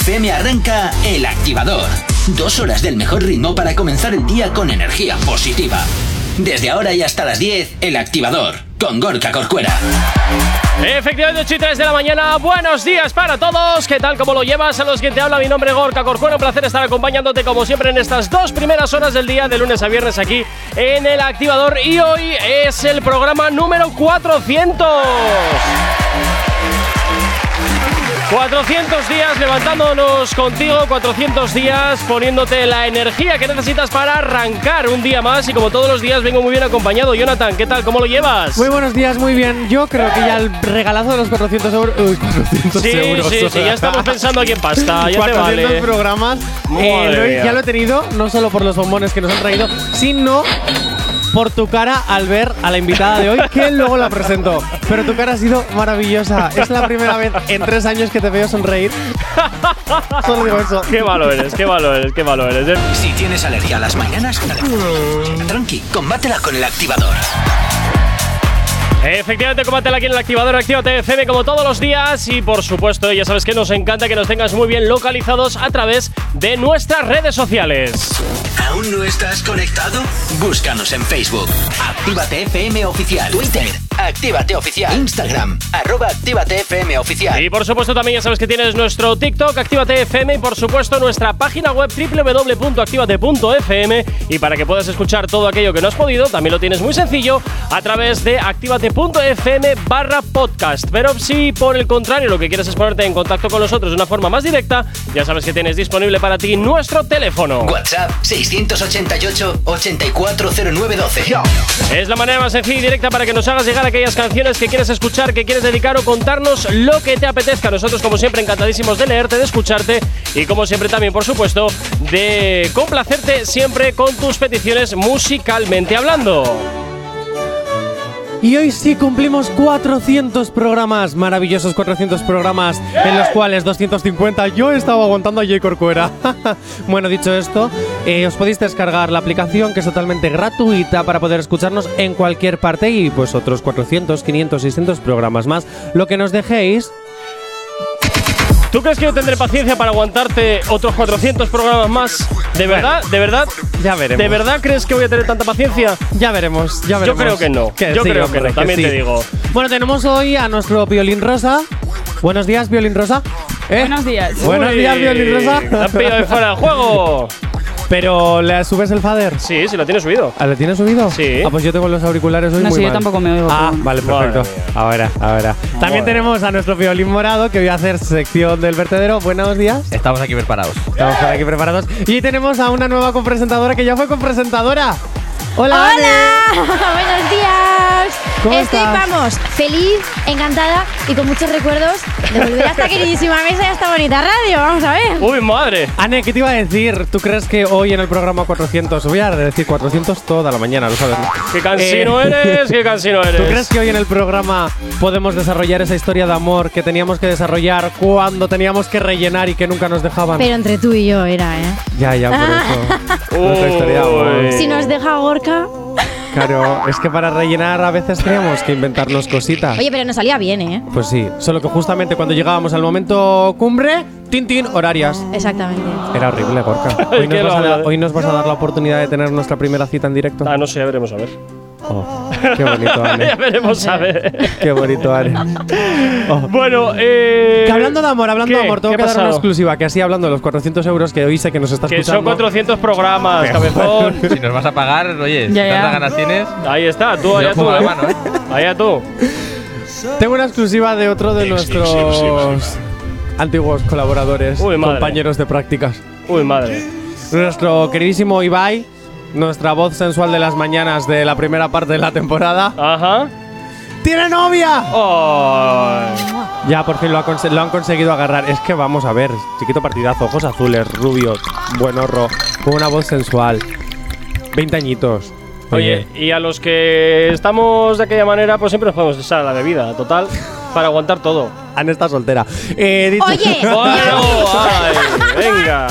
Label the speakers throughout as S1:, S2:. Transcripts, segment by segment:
S1: FM arranca El Activador. Dos horas del mejor ritmo para comenzar el día con energía positiva. Desde ahora y hasta las 10, El Activador, con Gorka Corcuera.
S2: Efectivamente, 8 y 3 de la mañana. Buenos días para todos. ¿Qué tal? ¿Cómo lo llevas? A los que te habla, mi nombre es Gorka Corcuero. Un placer estar acompañándote, como siempre, en estas dos primeras horas del día, de lunes a viernes, aquí en El Activador. Y hoy es el programa número 400. 400 días levantándonos contigo, 400 días poniéndote la energía que necesitas para arrancar un día más y como todos los días vengo muy bien acompañado. Jonathan, ¿qué tal? ¿Cómo lo llevas?
S3: Muy buenos días, muy bien. Yo creo que ya el regalazo de los 400 euros. Uy, 400
S2: sí,
S3: euros.
S2: sí, sí, ya estamos pensando aquí en pasta, ya
S3: 400
S2: te vale.
S3: programas.
S2: Madre
S3: Eh, lo he-
S2: mía.
S3: ya lo he tenido, no solo por los bombones que nos han traído, sino por tu cara al ver a la invitada de hoy, que luego la presento. Pero tu cara ha sido maravillosa. Es la primera vez en tres años que te veo sonreír. Solo digo eso.
S2: Qué malo eres, qué malo eres, qué malo eres. eh.
S1: Si tienes alergia a las mañanas, tranqui, combátela con El Activador.
S2: Efectivamente, combátela aquí en el activador Actívate FM como todos los días y por supuesto, ya sabes que nos encanta que nos tengas muy bien localizados a través de nuestras redes sociales.
S1: ¿Aún no estás conectado? Búscanos en Facebook. Actívate FM Oficial. Twitter. Actívate Oficial. Instagram. Arroba Actívate FM Oficial.
S2: Y por supuesto también ya sabes que tienes nuestro TikTok, Actívate FM y por supuesto nuestra página web www.activate.fm y para que puedas escuchar todo aquello que no has podido, también lo tienes muy sencillo a través de activate.fm barra podcast. Pero si por el contrario lo que quieres es ponerte en contacto con nosotros de una forma más directa, ya sabes que tienes disponible para ti nuestro teléfono.
S1: WhatsApp 688 840912.
S2: Es la manera más sencilla y directa para que nos hagas llegar aquellas canciones que quieres escuchar, que quieres dedicar o contarnos lo que te apetezca. Nosotros, como siempre, encantadísimos de leerte, de escucharte y, como siempre, también, por supuesto, de complacerte siempre con tus peticiones musicalmente hablando.
S3: Y hoy sí cumplimos 400 programas, maravillosos 400 programas, en los cuales 250 yo estaba aguantando a J. Corcuera. bueno, dicho esto, eh, os podéis descargar la aplicación que es totalmente gratuita para poder escucharnos en cualquier parte y pues otros 400, 500, 600 programas más. Lo que nos dejéis,
S2: ¿Tú crees que yo tendré paciencia para aguantarte otros 400 programas más? ¿De verdad? ¿De verdad?
S3: ya veremos.
S2: ¿De verdad crees que voy a tener tanta paciencia?
S3: Ya veremos, ya veremos.
S2: creo que no, yo creo que no, también te digo.
S3: Bueno, tenemos hoy a nuestro violín rosa. Buenos días, violín rosa. ¿Eh?
S4: Buenos días.
S3: Buenos
S2: Uy,
S3: días, violín rosa.
S2: Te han pillado de fuera de juego.
S3: Pero le subes el fader.
S2: Sí, sí, lo tienes subido.
S3: ¿Ah, ¿Le tienes subido?
S2: Sí.
S3: Ah, pues yo tengo los auriculares hoy
S4: No,
S3: muy
S4: sí, yo
S3: mal.
S4: tampoco me oigo.
S3: Ah,
S4: Perdón.
S3: vale,
S2: Madre
S3: perfecto.
S2: mía.
S3: Ahora, ahora.
S2: Madre.
S3: También tenemos a nuestro violín morado que voy a hacer sección del vertedero. Buenos días.
S5: Estamos aquí preparados.
S3: Estamos por aquí preparados. Y tenemos a una nueva copresentadora que ya fue copresentadora. Hola, Ane.
S6: ¡Hola! ¡Buenos días!
S3: ¿Cómo
S6: Estoy,
S3: estás?
S6: vamos, feliz, encantada y con muchos recuerdos de volver a esta queridísima mesa y a esta bonita radio. Vamos a ver.
S2: Uy, madre.
S3: Ane, ¿qué te iba a decir? ¿Tú crees que hoy en el programa 400, voy a decir 400 toda la mañana, lo sabes? ¿no?
S2: Qué cansino
S3: Eh,
S2: eres, qué cansino eres.
S3: ¿Tú crees que hoy en el programa podemos desarrollar esa historia de amor que teníamos que desarrollar cuando teníamos que rellenar y que nunca nos dejaban?
S6: Pero entre tú y yo era, ¿eh?
S3: Ya, ya, por eso. No te
S2: Ah. Uy.
S3: historiamos.
S6: Si nos deja Gorka.
S3: Claro, es que para rellenar a veces teníamos que inventarnos cositas.
S6: Oye, pero nos salía bien, ¿eh?
S3: Pues sí, solo que justamente cuando llegábamos al momento cumbre, tin tin, horarias.
S6: Exactamente.
S3: Era horrible, Gorka. Hoy
S2: ¿Qué
S3: nos,
S2: lo
S3: vas a
S2: hablas?
S3: dar, hoy nos vas a dar la oportunidad de tener nuestra primera cita en directo.
S2: Ah, no sé, ya veremos a ver.
S3: Oh, qué bonito,
S2: ya
S3: Ale.
S2: veremos a ver.
S3: Qué bonito, Ale. Oh.
S2: bueno, eh.
S3: Que hablando de amor, hablando de
S2: ¿qué?
S3: amor, tengo
S2: ¿Qué
S3: que
S2: ha
S3: dar una
S2: pasado?
S3: exclusiva, que así hablando de los 400 euros que hoy sé que nos está
S2: Que
S3: escuchando.
S2: son 400 programas, cabezón.
S5: Si nos vas a pagar, oye, si
S4: Ya, ya.
S5: tantas ganas tienes,
S2: Ahí está, tú, allá
S5: yo
S2: tú.
S5: pongo la
S2: eh.
S5: mano, ¿eh?
S2: Allá tú.
S3: Tengo una exclusiva de otro de nuestros antiguos colaboradores,
S2: Uy, madre.
S3: compañeros de prácticas.
S2: Uy, madre.
S3: Nuestro queridísimo Ibai, nuestra voz sensual de las mañanas de la primera parte de la temporada.
S2: Ajá.
S3: ¡Tiene novia!
S2: Oh.
S3: Ya, por fin lo, ha conse- lo han conseguido agarrar. Es que vamos a ver, chiquito partidazo, ojos azules, rubios, buen horro, con una voz sensual. 20 añitos.
S2: Oye, y a los que estamos de aquella manera, pues siempre nos podemos echar a la bebida, total, para aguantar todo.
S3: Han está soltera. Eh, dicho-
S6: Oye.
S2: Bueno, ay, venga.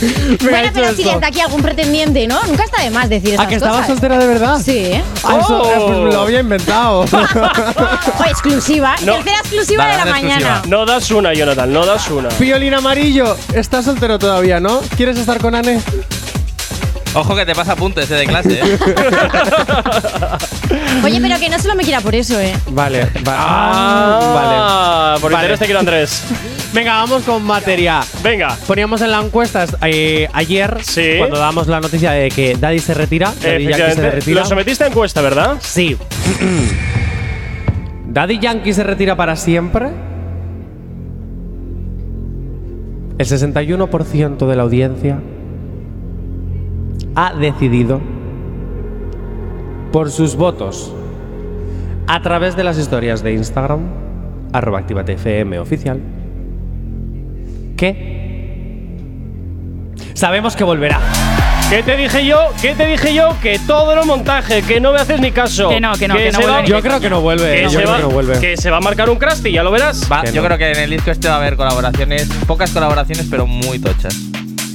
S3: Me ha
S6: bueno,
S3: hecho
S6: pero si
S3: esto.
S6: desde aquí algún pretendiente, ¿no? Nunca está de más decir
S3: ¿A
S6: estas
S3: que estaba
S6: cosas.
S3: soltera de verdad?
S6: Sí, ¿eh?
S3: Ah, eso,
S2: Oh.
S3: eh, pues lo había inventado.
S6: O exclusiva.
S2: No.
S6: Tercera exclusiva de
S5: Dale,
S6: la
S5: dale
S6: mañana.
S5: exclusiva.
S2: No das una, Jonathan, no das una.
S3: Piolín amarillo, estás soltero todavía, ¿no? ¿Quieres estar con Anne?
S5: Ojo que te pasa apuntes eh, de clase. ¿eh?
S6: Oye, pero que no solo me quiera por eso, ¿eh?
S3: Vale, vale.
S2: Ah, Por
S3: Vale.
S2: interés te quiero Andrés.
S3: vale. Venga, vamos con materia.
S2: Venga.
S3: Poníamos en la encuesta eh, ayer,
S2: Sí.
S3: cuando dábamos la noticia de que Daddy se retira, Daddy Yankee se
S2: Efectivamente.
S3: retira.
S2: Lo sometiste a encuesta, ¿verdad?
S3: Sí. ¿Daddy Yankee se retira para siempre? El 61% de la audiencia ha decidido por sus votos a través de las historias de Instagram, arroba actívate FM oficial, que sabemos que volverá.
S2: ¿Qué te dije yo? ¿Qué te dije yo? Que todo lo montaje, que no me haces ni caso.
S4: Que no, que no, que no
S2: se va-
S4: vuelve ni
S3: Yo creo que no vuelve.
S2: que
S3: eh,
S2: se
S3: Yo creo
S2: va-
S3: que no vuelve.
S2: que se va a marcar un crusty, ya lo verás.
S5: Va,
S3: Que
S5: yo
S3: no.
S5: creo que en el disco este va a haber colaboraciones, pocas colaboraciones, pero muy tochas.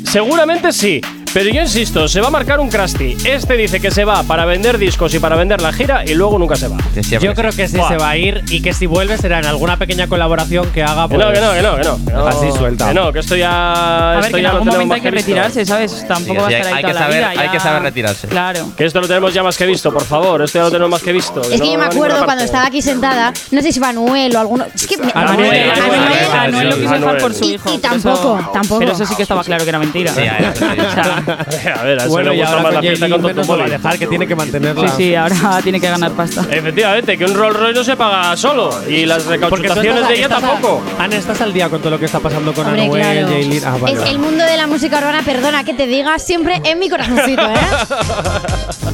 S2: Seguramente sí, pero yo insisto, se va a marcar un crusty. Este dice que se va para vender discos y para vender la gira y luego nunca se va.
S5: Que siempre
S3: Yo creo que sí
S2: pues Buah.
S3: se va a ir y que si vuelve será en alguna pequeña colaboración que haga.
S2: Que
S3: Pues,
S2: no, que no, que no, que no, que no.
S3: Así suelta.
S2: Que no, que esto ya.
S4: A ver,
S2: esto
S4: que en
S2: ya lo
S4: algún
S2: tenemos
S4: momento
S2: más
S4: hay que
S2: visto.
S4: retirarse, ¿sabes? Tampoco
S5: Sí,
S4: va a estar ahí
S5: sí, hay-
S4: toda
S5: hay que
S4: la
S5: saber-
S4: vida,
S5: hay que
S4: ya.
S5: saber retirarse.
S4: Claro.
S2: Que esto lo tenemos ya más que visto, por favor. Esto ya lo tenemos más que visto.
S6: Es que
S2: Pues no
S6: yo me
S2: va a ninguna
S6: acuerdo cuando
S2: parte.
S6: estaba aquí sentada, no sé si Manuel o alguno. Es que.
S4: Anuel,
S2: Anuel,
S4: Anuel,
S2: Anuel,
S4: Anuel lo quiso dejar por su
S6: Y- y
S4: hijo. pero
S6: tampoco,
S4: eso-
S6: tampoco.
S4: Pero eso sí que estaba claro que era mentira.
S5: Sí, ya, ya, ya, ya.
S4: O sea,
S2: a ver, a eso
S3: Bueno,
S2: le
S3: y
S2: gusta
S3: ahora
S2: más la
S3: con
S2: fiesta
S3: J
S2: con
S3: Balvin no se va a
S2: Topoli.
S3: dejar, que tiene que mantenerla.
S4: sí, sí, ahora tiene que ganar pasta.
S2: Efectivamente, que un Rolls Royce no se paga solo. Y las recauchutaciones
S3: estás-
S2: de ella
S3: estás-
S2: tampoco.
S3: Ana, estás al día con todo lo que está pasando con
S6: Hombre,
S3: Anuel,
S6: claro.
S3: Yailin. Ah, vale,
S6: es
S3: vale.
S6: el mundo de la música urbana, perdona que te diga, siempre en mi corazoncito, ¿eh?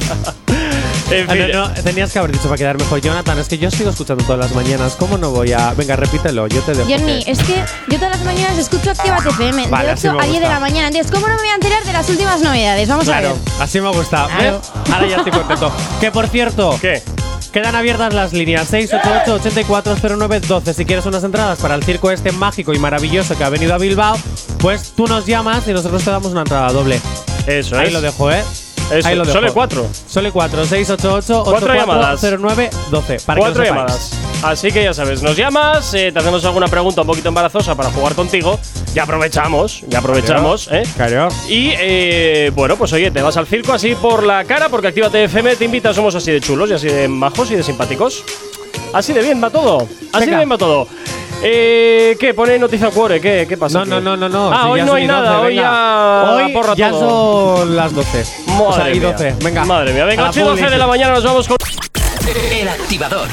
S2: En
S3: Ah,
S2: fin.
S3: no, no, tenías que haber dicho para quedar mejor. Jonathan, es que yo sigo escuchando todas las mañanas. ¿Cómo no voy a.? Venga, repítelo, yo te dejo.
S6: Johnny,
S3: que-
S6: es que yo todas las mañanas escucho Activa FM
S3: Vale,
S6: de
S3: así
S6: 8
S3: me
S6: a 10 de
S3: gusta.
S6: la mañana. Entonces, ¿cómo no me voy a enterar de las últimas novedades? Vamos a
S3: Claro,
S6: ver.
S3: así me gusta.
S6: Claro.
S3: ¿Ves? Ahora ya estoy contento. que por cierto.
S2: ¿Qué?
S3: Quedan abiertas las líneas 688-8409-12. Si quieres unas entradas para el circo este mágico y maravilloso que ha venido a Bilbao, pues tú nos llamas y nosotros te damos una entrada doble.
S2: Eso
S3: Ahí
S2: es.
S3: lo dejo, ¿eh?
S2: Eso,
S3: Ahí lo dejo.
S2: solo hay cuatro.
S3: Solo hay cuatro. 688
S2: Cuatro llamadas.
S3: 8409-12. Para
S2: Cuatro
S3: que lo sepáis.
S2: llamadas. Así que ya sabes, nos llamas, eh, te hacemos alguna pregunta un poquito embarazosa para jugar contigo. Ya aprovechamos, ya aprovechamos, ¿eh?
S3: Claro.
S2: Y eh, bueno, pues oye, te vas al circo así por la cara porque Actívate FM te invita, somos así de chulos y así de majos y de simpáticos. Así de bien va todo, así
S3: Venga.
S2: de bien va todo. Eh, ¿Qué? ¿Pone noticia cuore? ¿Qué, ¿Qué pasa?
S3: No,
S2: aquí?
S3: no, no, no, no.
S2: Ah,
S3: Si
S2: hoy
S3: ya
S2: no
S3: son
S2: hay
S3: y
S2: nada,
S3: 12,
S2: hoy
S3: venga.
S2: ya.
S3: Hoy
S2: porra
S3: ya
S2: todo.
S3: son las 12.
S2: Madre
S3: o sea, y
S2: mía.
S3: 12. Venga.
S2: Madre mía,
S3: A
S2: venga,
S3: la
S2: 8 y 12 de la
S3: publi.
S2: mañana nos vamos con.
S1: El activador.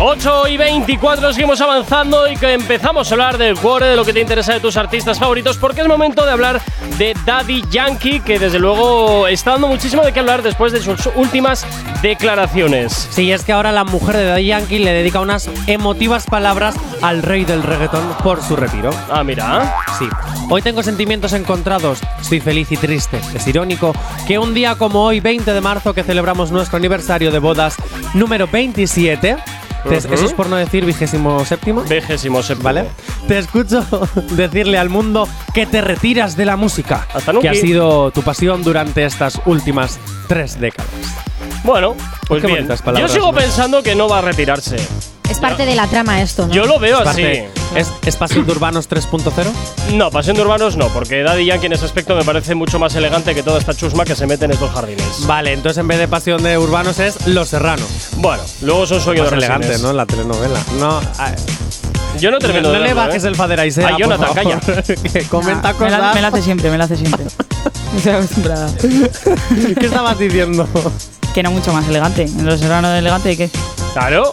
S2: 8 y 24 seguimos avanzando y que empezamos a hablar del cuore, de lo que te interesa de tus artistas favoritos, porque es momento de hablar de Daddy Yankee, que desde luego está dando muchísimo de qué hablar después de sus últimas declaraciones.
S3: Sí, es que ahora la mujer de Daddy Yankee le dedica unas emotivas palabras al rey del reggaetón por su retiro.
S2: Ah, mira.
S3: Sí. Hoy tengo sentimientos encontrados. Estoy feliz y triste. Es irónico que un día como hoy, 20 de marzo, que celebramos nuestro aniversario de bodas número 27, te-
S2: Ujú.
S3: eso es por no decir vigésimo séptimo.
S2: Vejésimo séptimo.
S3: ¿Vale? Te escucho decirle al mundo que te retiras de la música,
S2: Hasta nunca.
S3: que ha sido tu pasión durante estas últimas tres décadas.
S2: Bueno, pues
S3: Qué
S2: bien.
S3: bonitas palabras,
S2: Yo sigo
S3: ¿no?
S2: pensando que no va a retirarse.
S6: Es parte de la trama esto, ¿no?
S2: Yo lo veo así.
S3: Parte- ¿Es espacios urbanos 3.0?
S2: No, pasión de urbanos no, porque Daddy Yankee en ese aspecto me parece mucho más elegante que toda esta chusma que se mete en estos jardines.
S3: Vale, entonces en vez de Pasión de Urbanos es Los Serranos.
S2: Bueno, luego son sueños
S3: Más
S2: de
S3: elegante,
S2: resines.
S3: ¿no? La telenovela. No, a-
S2: Yo no termino
S3: no
S2: de
S3: le
S2: verlo,
S3: bajes
S2: ¿eh?
S3: el fader a Isea,
S2: Ay,
S3: por
S2: Jonathan,
S3: favor, que
S2: Ah,
S3: comenta
S4: Me la,
S3: cosas.
S4: me la hace siempre, me la hace siempre. Estoy acostumbrada.
S3: ¿Qué estabas diciendo?
S4: Que era mucho más elegante. Los serranos de elegante, ¿y qué?
S2: Claro.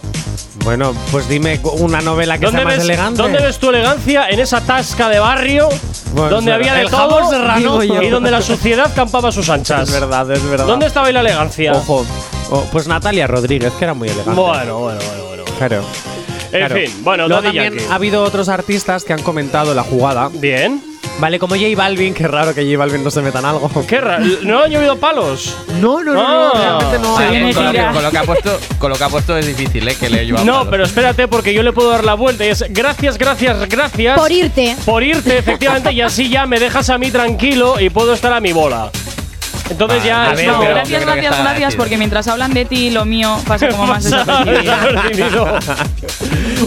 S3: bueno, pues dime cu- una novela que sea
S2: ¿Dónde
S3: más
S2: ves,
S3: elegante.
S2: dónde ves tu elegancia en esa tasca de barrio
S3: Bueno,
S2: donde
S3: es
S2: había
S3: verdad.
S2: de
S3: El
S2: todo
S3: jamón serrano. Digo yo.
S2: y donde la suciedad campaba a sus anchas?
S3: Es verdad, es verdad.
S2: ¿Dónde estaba ahí la elegancia?
S3: Ojo. Oh, pues Natalia Rodríguez, que era muy elegante.
S2: Bueno, bueno, bueno, bueno.
S3: Claro.
S2: En
S3: claro.
S2: fin, bueno,
S3: Luego
S2: Daddy
S3: también
S2: Yankee.
S3: ha habido otros artistas que han comentado la jugada.
S2: Bien.
S3: Vale, como J Balvin, qué raro que J Balvin no se meta en algo.
S2: Qué raro. No han llovido palos.
S3: No, no, no, no,
S2: Ah.
S3: realmente no.
S4: Se
S5: Sí,
S3: hay.
S4: viene
S5: con, lo que,
S4: gira.
S5: con lo que ha puesto, con lo que ha puesto es difícil, ¿eh? Que le yo a
S2: No,
S5: palos.
S2: pero espérate porque yo le puedo dar la vuelta. y Es gracias, gracias, gracias.
S6: Por irte.
S2: Por irte, efectivamente, y así ya me dejas a mí tranquilo y puedo estar a mi bola. Entonces
S5: Vale,
S2: ya
S5: a
S2: es
S5: ver,
S2: una-
S4: Ah, No,
S5: pero- yo creo
S4: gracias,
S5: que
S4: gracias,
S5: está
S4: gracias,
S5: agradecido.
S4: porque mientras hablan de ti, lo mío pasa como más desapercibido.
S2: Desapercibido.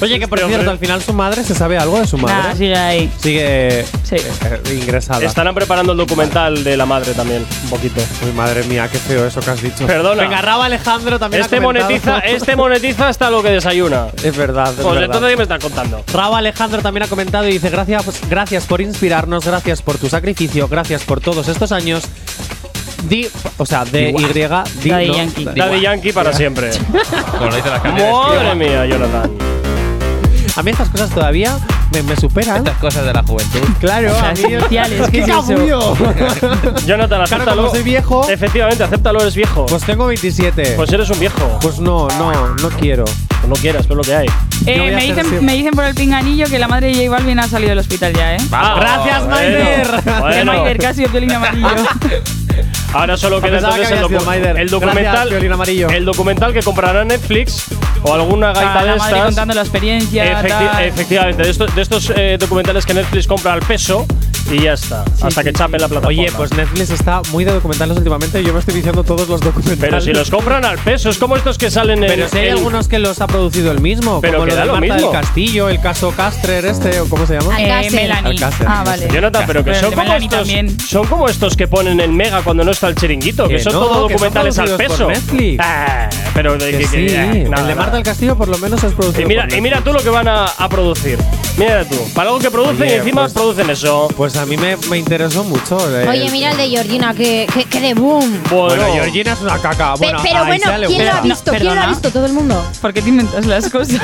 S3: Oye, que por
S2: Este hombre.
S3: cierto, al final su madre se sabe algo de su
S4: Nada,
S3: madre.
S4: sigue ahí.
S3: Sigue eh,
S4: Sí.
S3: eh, ingresada.
S2: Estarán preparando el documental de la madre también, un poquito.
S3: Uy, madre mía, qué feo eso que has dicho.
S2: Perdona.
S3: Venga, Raba Alejandro también. ha
S2: Este
S3: comentado.
S2: monetiza, este monetiza hasta lo que desayuna.
S3: Es verdad. Es
S2: Pues
S3: verdad.
S2: entonces, ¿qué me estás contando?
S3: Raba Alejandro también ha comentado y dice gracias, pues, gracias por inspirarnos, gracias por tu sacrificio, gracias por todos estos años. Di, o sea, de Y, di,
S4: Daddy
S3: ¿no?
S4: Yankee.
S2: Daddy Yankee para siempre.
S5: Como lo dicen las canciones.
S2: Madre mía, Jonathan.
S3: A mí estas cosas todavía me, me superan.
S5: Estas cosas de la juventud.
S3: Claro, a mí
S4: Esenciales, ¿qué
S3: ¡Qué
S4: es eso?
S3: capullo!
S2: Jonathan,
S3: Claro,
S2: acéptalo.
S3: como soy viejo.
S2: Efectivamente, acéptalo, eres viejo. Pues,
S3: Pues tengo 27. Pues,
S2: eres un viejo. Pues
S3: no, no, no quiero.
S2: no quieras, pero es lo que hay.
S4: Eh,
S3: Yo voy a
S4: me,
S3: hacer
S4: dicen,
S3: siempre.
S4: me dicen por el pinganillo que la madre de J Balvin ha salido del hospital ya, ¿eh?
S2: Ah,
S3: gracias,
S2: bueno,
S3: Maider.
S4: Que
S2: bueno.
S4: Maider, casi el violín amarillo.
S2: Ahora solo queda
S3: Pensaba que
S2: entonces el,
S3: había sido
S2: docu-
S3: Maider.
S2: el documental.
S3: Gracias, Violín Amarillo.
S2: El documental que comprará Netflix o alguna
S4: O sea,
S2: gaita de
S4: la madre
S2: estas.
S4: contando la experiencia,
S2: Efecti-
S4: tal. Eh,
S2: efectivamente, de estos, de estos, eh, documentales que Netflix compra al peso y ya está. hasta que chapen la plataforma.
S3: Oye, pues Netflix está muy de documentales últimamente. Yo me estoy diciendo todos los documentales.
S2: Pero si los compran al peso, es como estos que salen en.
S3: Pero si hay
S2: en-
S3: algunos que los ha producido el mismo,
S2: Pero
S3: como
S2: que
S3: lo
S2: da
S3: de
S2: lo
S3: Marta
S2: mismo.
S3: del Castillo, el caso Castrer este, o cómo se llama.
S6: Ay.
S4: Eh,
S6: Alcácer.
S4: Melanie.
S3: Alcácer,
S4: Ah,
S3: no sé.
S4: vale.
S2: Jonathan, pero que
S4: Pero el
S2: son
S4: de
S2: como,
S4: Melanie
S2: estos,
S4: también.
S2: son como estos que ponen en Mega cuando no está el chiringuito, que,
S3: Que
S2: son
S3: no,
S2: todos
S3: que son
S2: documentales al
S3: producidos
S2: peso.
S3: por Netflix.
S2: Ah, pero de
S3: Que
S2: que-
S3: sí,
S2: que- ah, nada,
S3: el de Marta
S2: nada.
S3: del Castillo por lo menos es producido.
S2: Y mira,
S3: por
S2: y mira
S3: Netflix.
S2: tú lo que van a, a producir. Mira tú, para algo que producen
S3: Oye,
S2: y encima
S3: pues-
S2: producen eso.
S3: Pues a mí me, me interesó mucho. eh.
S6: Oye, mira el de Georgina, que, que, que de boom.
S3: Bueno,
S2: Bueno,
S3: Georgina es una caca.
S6: Pe-
S3: Bueno,
S6: pero
S3: a
S6: bueno,
S3: Isa le
S6: ¿quién lo ha
S3: gusta.
S4: No,
S6: visto? ¿Quién lo ha
S4: perdona.
S6: visto? Todo el mundo.
S4: ¿Por qué te inventas las cosas?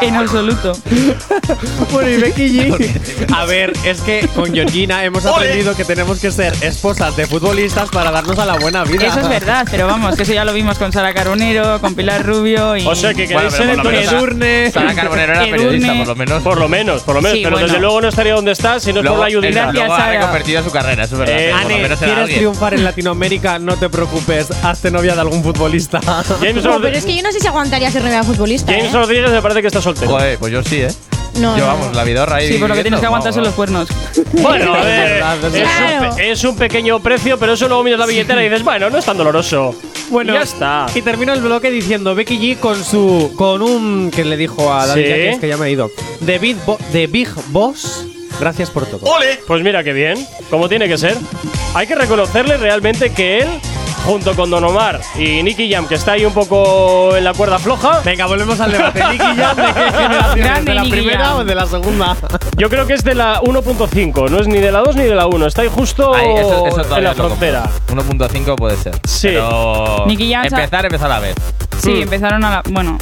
S4: en absoluto.
S3: Bueno, y Becky G. A ver, es que con Georgina hemos aprendido que tenemos que ser esposas de futbolistas para darnos a la buena vida.
S4: Eso es verdad, pero vamos, que eso ya lo vimos con Sara Caronero, con Pilar Rubio y.
S2: o sea que
S5: Bueno,
S2: queréis
S5: pero
S2: ser
S5: por lo menos
S2: entonces-
S3: Edurne.
S5: Sara Carbonero era
S4: Edurne.
S5: periodista, por lo menos.
S2: Por lo menos, por lo menos.
S4: Sí,
S2: pero
S4: bueno.
S2: desde luego no estaría donde está si no es por la ayudita.
S4: Gracias,
S5: luego ha
S4: Sara.
S5: reconvertido su carrera, eso es verdad.
S2: Eh,
S5: pero por lo
S3: Ane,
S5: menos era
S3: ¿quieres
S5: alguien.
S3: triunfar en Latinoamérica? No te preocupes, hazte novia de algún futbolista.
S2: James,
S6: No,
S2: Rodri-
S6: pero es que yo no sé si aguantaría ser novia futbolista.
S2: James
S6: ¿eh?
S2: Rodríguez me parece que está soltero.
S5: Joder, pues yo sí, ¿eh?
S6: No,
S5: yo
S6: no,
S5: vamos,
S6: no.
S5: la vidorra ahí.
S4: Sí, por lo que
S5: viviendo,
S4: tienes que aguantarse los
S5: vamos.
S4: cuernos.
S2: Bueno, a ver,
S3: verdad, es
S2: es,
S6: verdad.
S2: un, pe- es un pequeño precio, pero eso luego miras la billetera y dices, bueno, no es tan doloroso. Bueno, ya está.
S3: Y termino el bloque diciendo Becky G con su. con un. que le dijo a David
S2: Sí.
S3: Yankee, es que ya me he ido. De Big, Bo- de Big Boss, gracias por todo.
S2: Pues mira qué bien, como tiene que ser. Hay que reconocerle realmente que él, junto con Don Omar y Nicky Jam, que está ahí un poco en la cuerda floja,
S3: Venga, volvemos al debate. Nicky Jam, ¿de qué generación es?
S4: Grande
S3: ¿De la
S4: Nicky
S3: primera
S4: Jam.
S3: o de la segunda?
S2: yo creo que es de la 1.5, no es ni de la 2 ni de la 1, está ahí justo
S5: Ahí, eso, eso
S2: en
S5: todavía
S2: la
S5: lo compro.
S2: frontera.
S5: 1.5 puede ser.
S2: Sí.
S5: Pero
S4: Nicky Jam, Sa-
S5: empezar, empezar a la vez.
S4: Sí, empezaron a la. Bueno,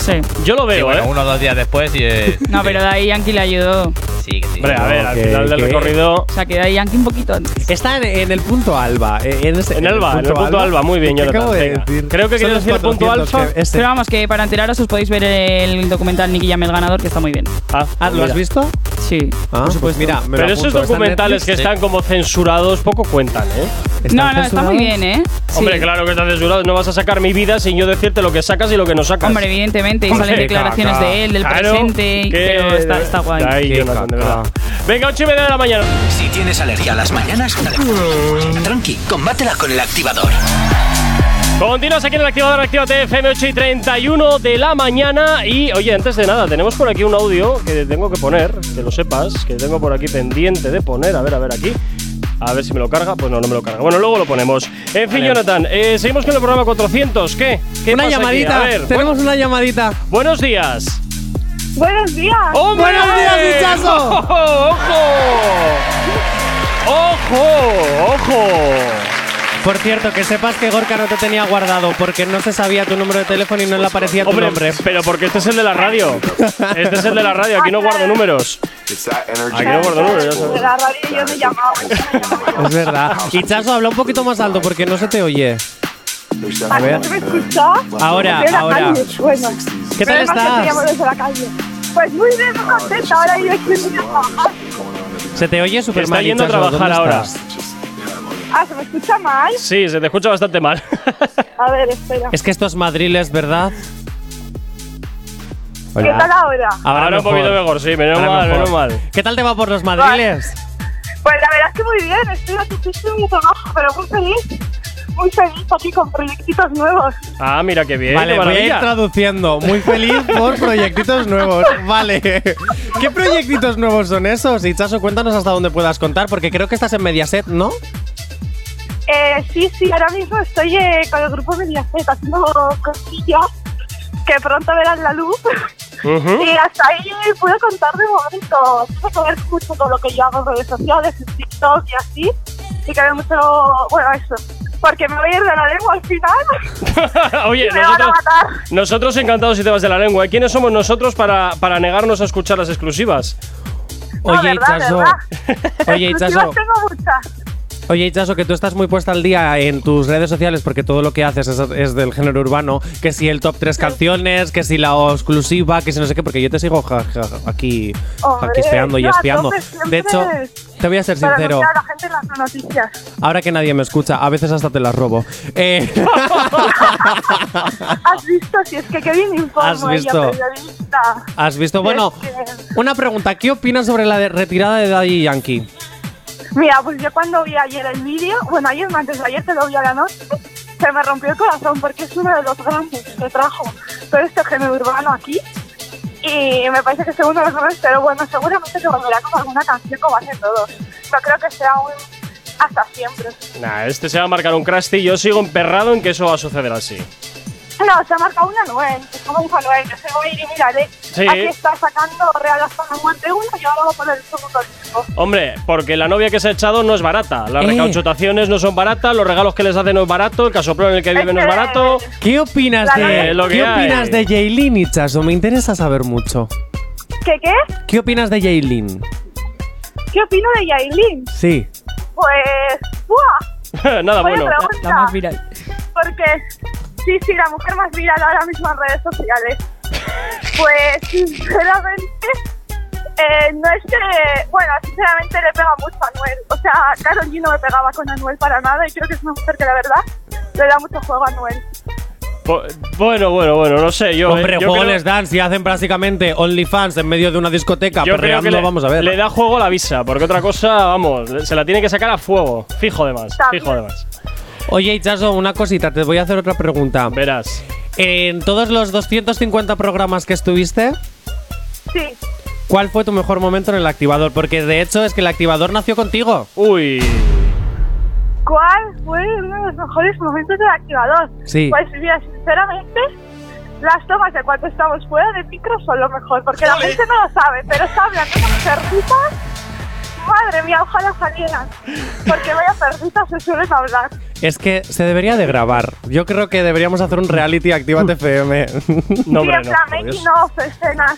S4: sí.
S2: Yo lo
S5: Sí,
S2: veo,
S5: bueno,
S2: ¿eh?
S5: uno o dos días después y. eh,
S4: No, pero Daddy Yankee le ayudó.
S5: Sí, que sí.
S2: Hombre, a ver, al
S3: que-
S2: final del
S3: que-
S2: recorrido.
S4: O sea, que Daddy Yankee un poquito antes.
S3: Está en, en el punto alba. eh, En, ese-
S2: En alba, en el punto alba, muy bien,
S3: ¿Qué
S2: Jonathan,
S3: acabo de
S2: venga.
S3: decir?
S2: Creo que
S3: Son
S2: querías
S3: los
S2: decir el punto
S3: 400
S2: alfa.
S3: que- este.
S4: Pero vamos, que para enteraros os podéis ver el documental Nicky Jam el ganador, que está muy bien.
S2: Ah,
S3: Ah, ¿Lo
S2: mira.
S3: has visto?
S4: Sí.
S3: Ah,
S4: por
S3: pues
S4: supuesto.
S3: mira, me lo
S2: Pero esos
S3: apunto. Está en
S2: documentales que
S3: Netflix.
S2: están como censurados poco cuentan, ¿eh?
S3: ¿Están
S4: No, no, está
S3: censurados?
S4: muy bien, ¿eh? Sí.
S2: Hombre, claro que están censurados. No vas a sacar mi vida sin yo decirte lo que sacas y lo que no sacas.
S4: Hombre, evidentemente, y
S3: Hombre,
S4: salen
S3: qué
S4: declaraciones
S3: caca.
S4: de él, del
S2: Claro,
S4: presente,
S2: que-
S4: pero está, está guay.
S2: Ay,
S3: Qué
S2: Jonathan, de
S3: caca.
S2: verdad. Venga, 8 y media de la mañana.
S1: Si tienes alergia a las mañanas, dale. tranqui, combátela con el activador.
S2: Continuas aquí en el activador Actívate FM 8 y 31 de la mañana. Y oye, antes de nada, tenemos por aquí un audio que tengo que poner, que lo sepas, que tengo por aquí pendiente de poner. A ver, a ver aquí. A ver si me lo carga. Pues no, no me lo carga. Bueno, luego lo ponemos. En fin, Jonathan, eh, seguimos con el programa 400. ¿Qué? ¿Qué
S3: Una
S2: pasa aquí?
S3: llamadita.
S2: A ver,
S3: Tenemos una llamadita.
S2: buenos días.
S7: Buenos días.
S2: ¡Hombre!
S3: ¡Buenos días, bichazo!
S2: ¡Ojo! ¡Ojo! ¡Ojo! ¡Ojo!
S3: Por cierto, que sepas que Gorka no te tenía guardado porque no se sabía tu número de teléfono y no le aparecía tu
S2: Hombre,
S3: nombre.
S2: pero porque este es el de la radio. Este es el de la radio, aquí no guardo números. Aquí no guardo números, ya
S7: De
S2: sabes.
S7: la radio yo no llamaba.
S3: Es verdad. Chaso, habla un poquito más alto porque no se te oye.
S7: A ver. ¿No me escuchas?
S3: Ahora,
S7: Estoy en la
S3: ahora.
S7: calle. Bueno.
S3: ¿Qué tal
S7: Pero además que te
S3: estás?
S7: llamo desde la calle. Pues muy bien, no contenta, ahora yo estoy muy trabajar.
S3: Se te oye súper mal.
S2: está yendo a
S3: Ichazo, ¿dónde
S2: trabajar ahora.
S3: estás?
S7: Ah, ¿se me escucha mal?
S2: Sí, se te escucha bastante mal.
S7: A ver, espera.
S3: Es que esto es madriles, ¿verdad?
S7: ¿Qué tal ahora?
S3: Ahora,
S2: Ahora un poquito mejor, sí, menos
S3: Ahora
S2: mal,
S3: mejor.
S2: menos mal.
S3: ¿Qué tal te va por los madriles?
S7: Pues la verdad es que muy bien, estoy satisfecho de mi trabajo, pero muy feliz. Muy feliz aquí con proyectitos nuevos.
S2: Ah, mira qué bien,
S3: Vale,
S2: qué
S3: voy a ir
S2: maravilla.
S3: traduciendo. Muy feliz por proyectitos nuevos. Vale. ¿Qué proyectitos nuevos son esos? Ichazo, cuéntanos hasta dónde puedas contar, porque creo que estás en Mediaset, ¿no?
S7: Eh, sí, sí, ahora mismo estoy eh, con el grupo Mediaset haciendo cosillas que pronto verán la luz.
S2: Ujú.
S7: Y hasta ahí puedo contar de momento. Puedo ver mucho todo lo que yo hago en redes sociales, en TikTok y así. Y que veo mucho, bueno, eso. Porque me voy a ir de la lengua al final.
S2: Oye,
S7: me van a
S2: nosotros,
S7: matar.
S2: nosotros encantados si te vas de la lengua. ¿Y ¿Quiénes somos nosotros para, para negarnos a escuchar las exclusivas?
S7: No,
S3: Oye,
S7: ¿verdad,
S3: Ichazo.
S7: verdad?
S3: Oye, Ichazo.
S7: Exclusivas tengo muchas.
S3: Oye, Ichazo, que tú estás muy puesta al día en tus redes sociales porque todo lo que haces es, es del género urbano. Que si el top 3 canciones, que si la exclusiva, que si no sé qué, porque yo te sigo ja- ja- aquí
S7: Hombre,
S3: hackeando y
S7: yo a
S3: espiando.
S7: tope siempre
S3: De hecho, te voy a ser
S7: Para
S3: sincero.
S7: anunciar a la gente las noticias.
S3: Ahora que nadie me escucha, a veces hasta te las robo. Eh,
S7: ¿Has visto? Si es que qué bien informo.
S3: ¿Has visto?
S7: Ella, periodista.
S3: ¿Has visto? Bueno,
S7: que-
S3: una pregunta. ¿Qué opinas sobre la de- retirada de Daddy Yankee?
S7: Mira, pues yo cuando vi ayer el vídeo, bueno, ayer, no, antes de ayer te lo vi a la noche, se me rompió el corazón porque es uno de los grandes que trajo todo este género urbano aquí. Y me parece que es uno de los grandes, pero bueno, seguramente se volverá con alguna canción como hacen todos. No creo que sea un hasta siempre.
S2: Nah, este se va a marcar un crash y yo sigo emperrado en que eso va a suceder así.
S7: No, se ha marcado una Noel, es como dijo Noel, yo se voy a ir y mírale,
S2: Sí.
S7: aquí está sacando Real hasta la muerte uno y ahora va a poner el segundo disco.
S2: Hombre, porque la novia que se ha echado no es barata. Las
S3: Eh.
S2: recauchutaciones no son baratas, los regalos que les hacen no es barato, el casoplón en el que vive no es
S7: que-
S2: barato.
S3: ¿Qué opinas
S7: La
S3: de,
S2: novia- Lo que
S3: ¿qué
S2: hay.
S3: opinas de Jaylin, Ichazo? Me interesa saber mucho.
S7: ¿Qué qué?
S3: ¿Qué opinas de Jaylin?
S7: ¿Qué opino de Yailin?
S3: Sí.
S7: Pues, ¡buah!
S2: Nada
S7: Buena
S2: bueno.
S4: Ah,
S7: pregunta.
S4: La más viral.
S7: Porque, sí, sí, la mujer más viral ahora mismo en redes sociales. Pues, sinceramente, eh, no es que. Bueno, sinceramente le pega mucho a Anuel. O sea, Karol G no me pegaba con Anuel para nada y creo que es una mujer que la verdad le da mucho juego a Anuel.
S2: Po- Pues, Bueno, bueno, bueno, no sé. Yo,
S3: Hombre,
S2: eh, yo
S3: juego
S2: creo-
S3: les dan si hacen prácticamente OnlyFans en medio de una discoteca
S2: yo creo que
S3: perreando,
S2: le,
S3: vamos a ver.
S2: le da juego a la visa, porque otra cosa, vamos, se la tiene que sacar a fuego. Fijo además,
S7: También.
S2: fijo además.
S3: Oye, Ichazo, una cosita, te voy a hacer otra pregunta.
S2: Verás.
S3: En todos los 250 programas que estuviste,
S7: Sí,
S3: ¿cuál fue tu mejor momento en el activador? Porque de hecho es que el activador nació contigo.
S2: Uy.
S7: ¿Cuál fue uno de los mejores momentos del activador?
S3: Sí.
S7: Pues mira, sinceramente, las tomas de cuando estamos fuera de micro son lo mejor, porque la gente no lo sabe, pero está hablando con perritas. Madre mía, ojalá salieran, porque vaya perritas se suelen hablar.
S3: Es que se debería de grabar. Yo creo que deberíamos hacer un reality Actívate FM.
S2: Mm. No,
S7: y
S2: hombre, no. por
S7: en plan,
S2: Dios.
S7: making of, escenas,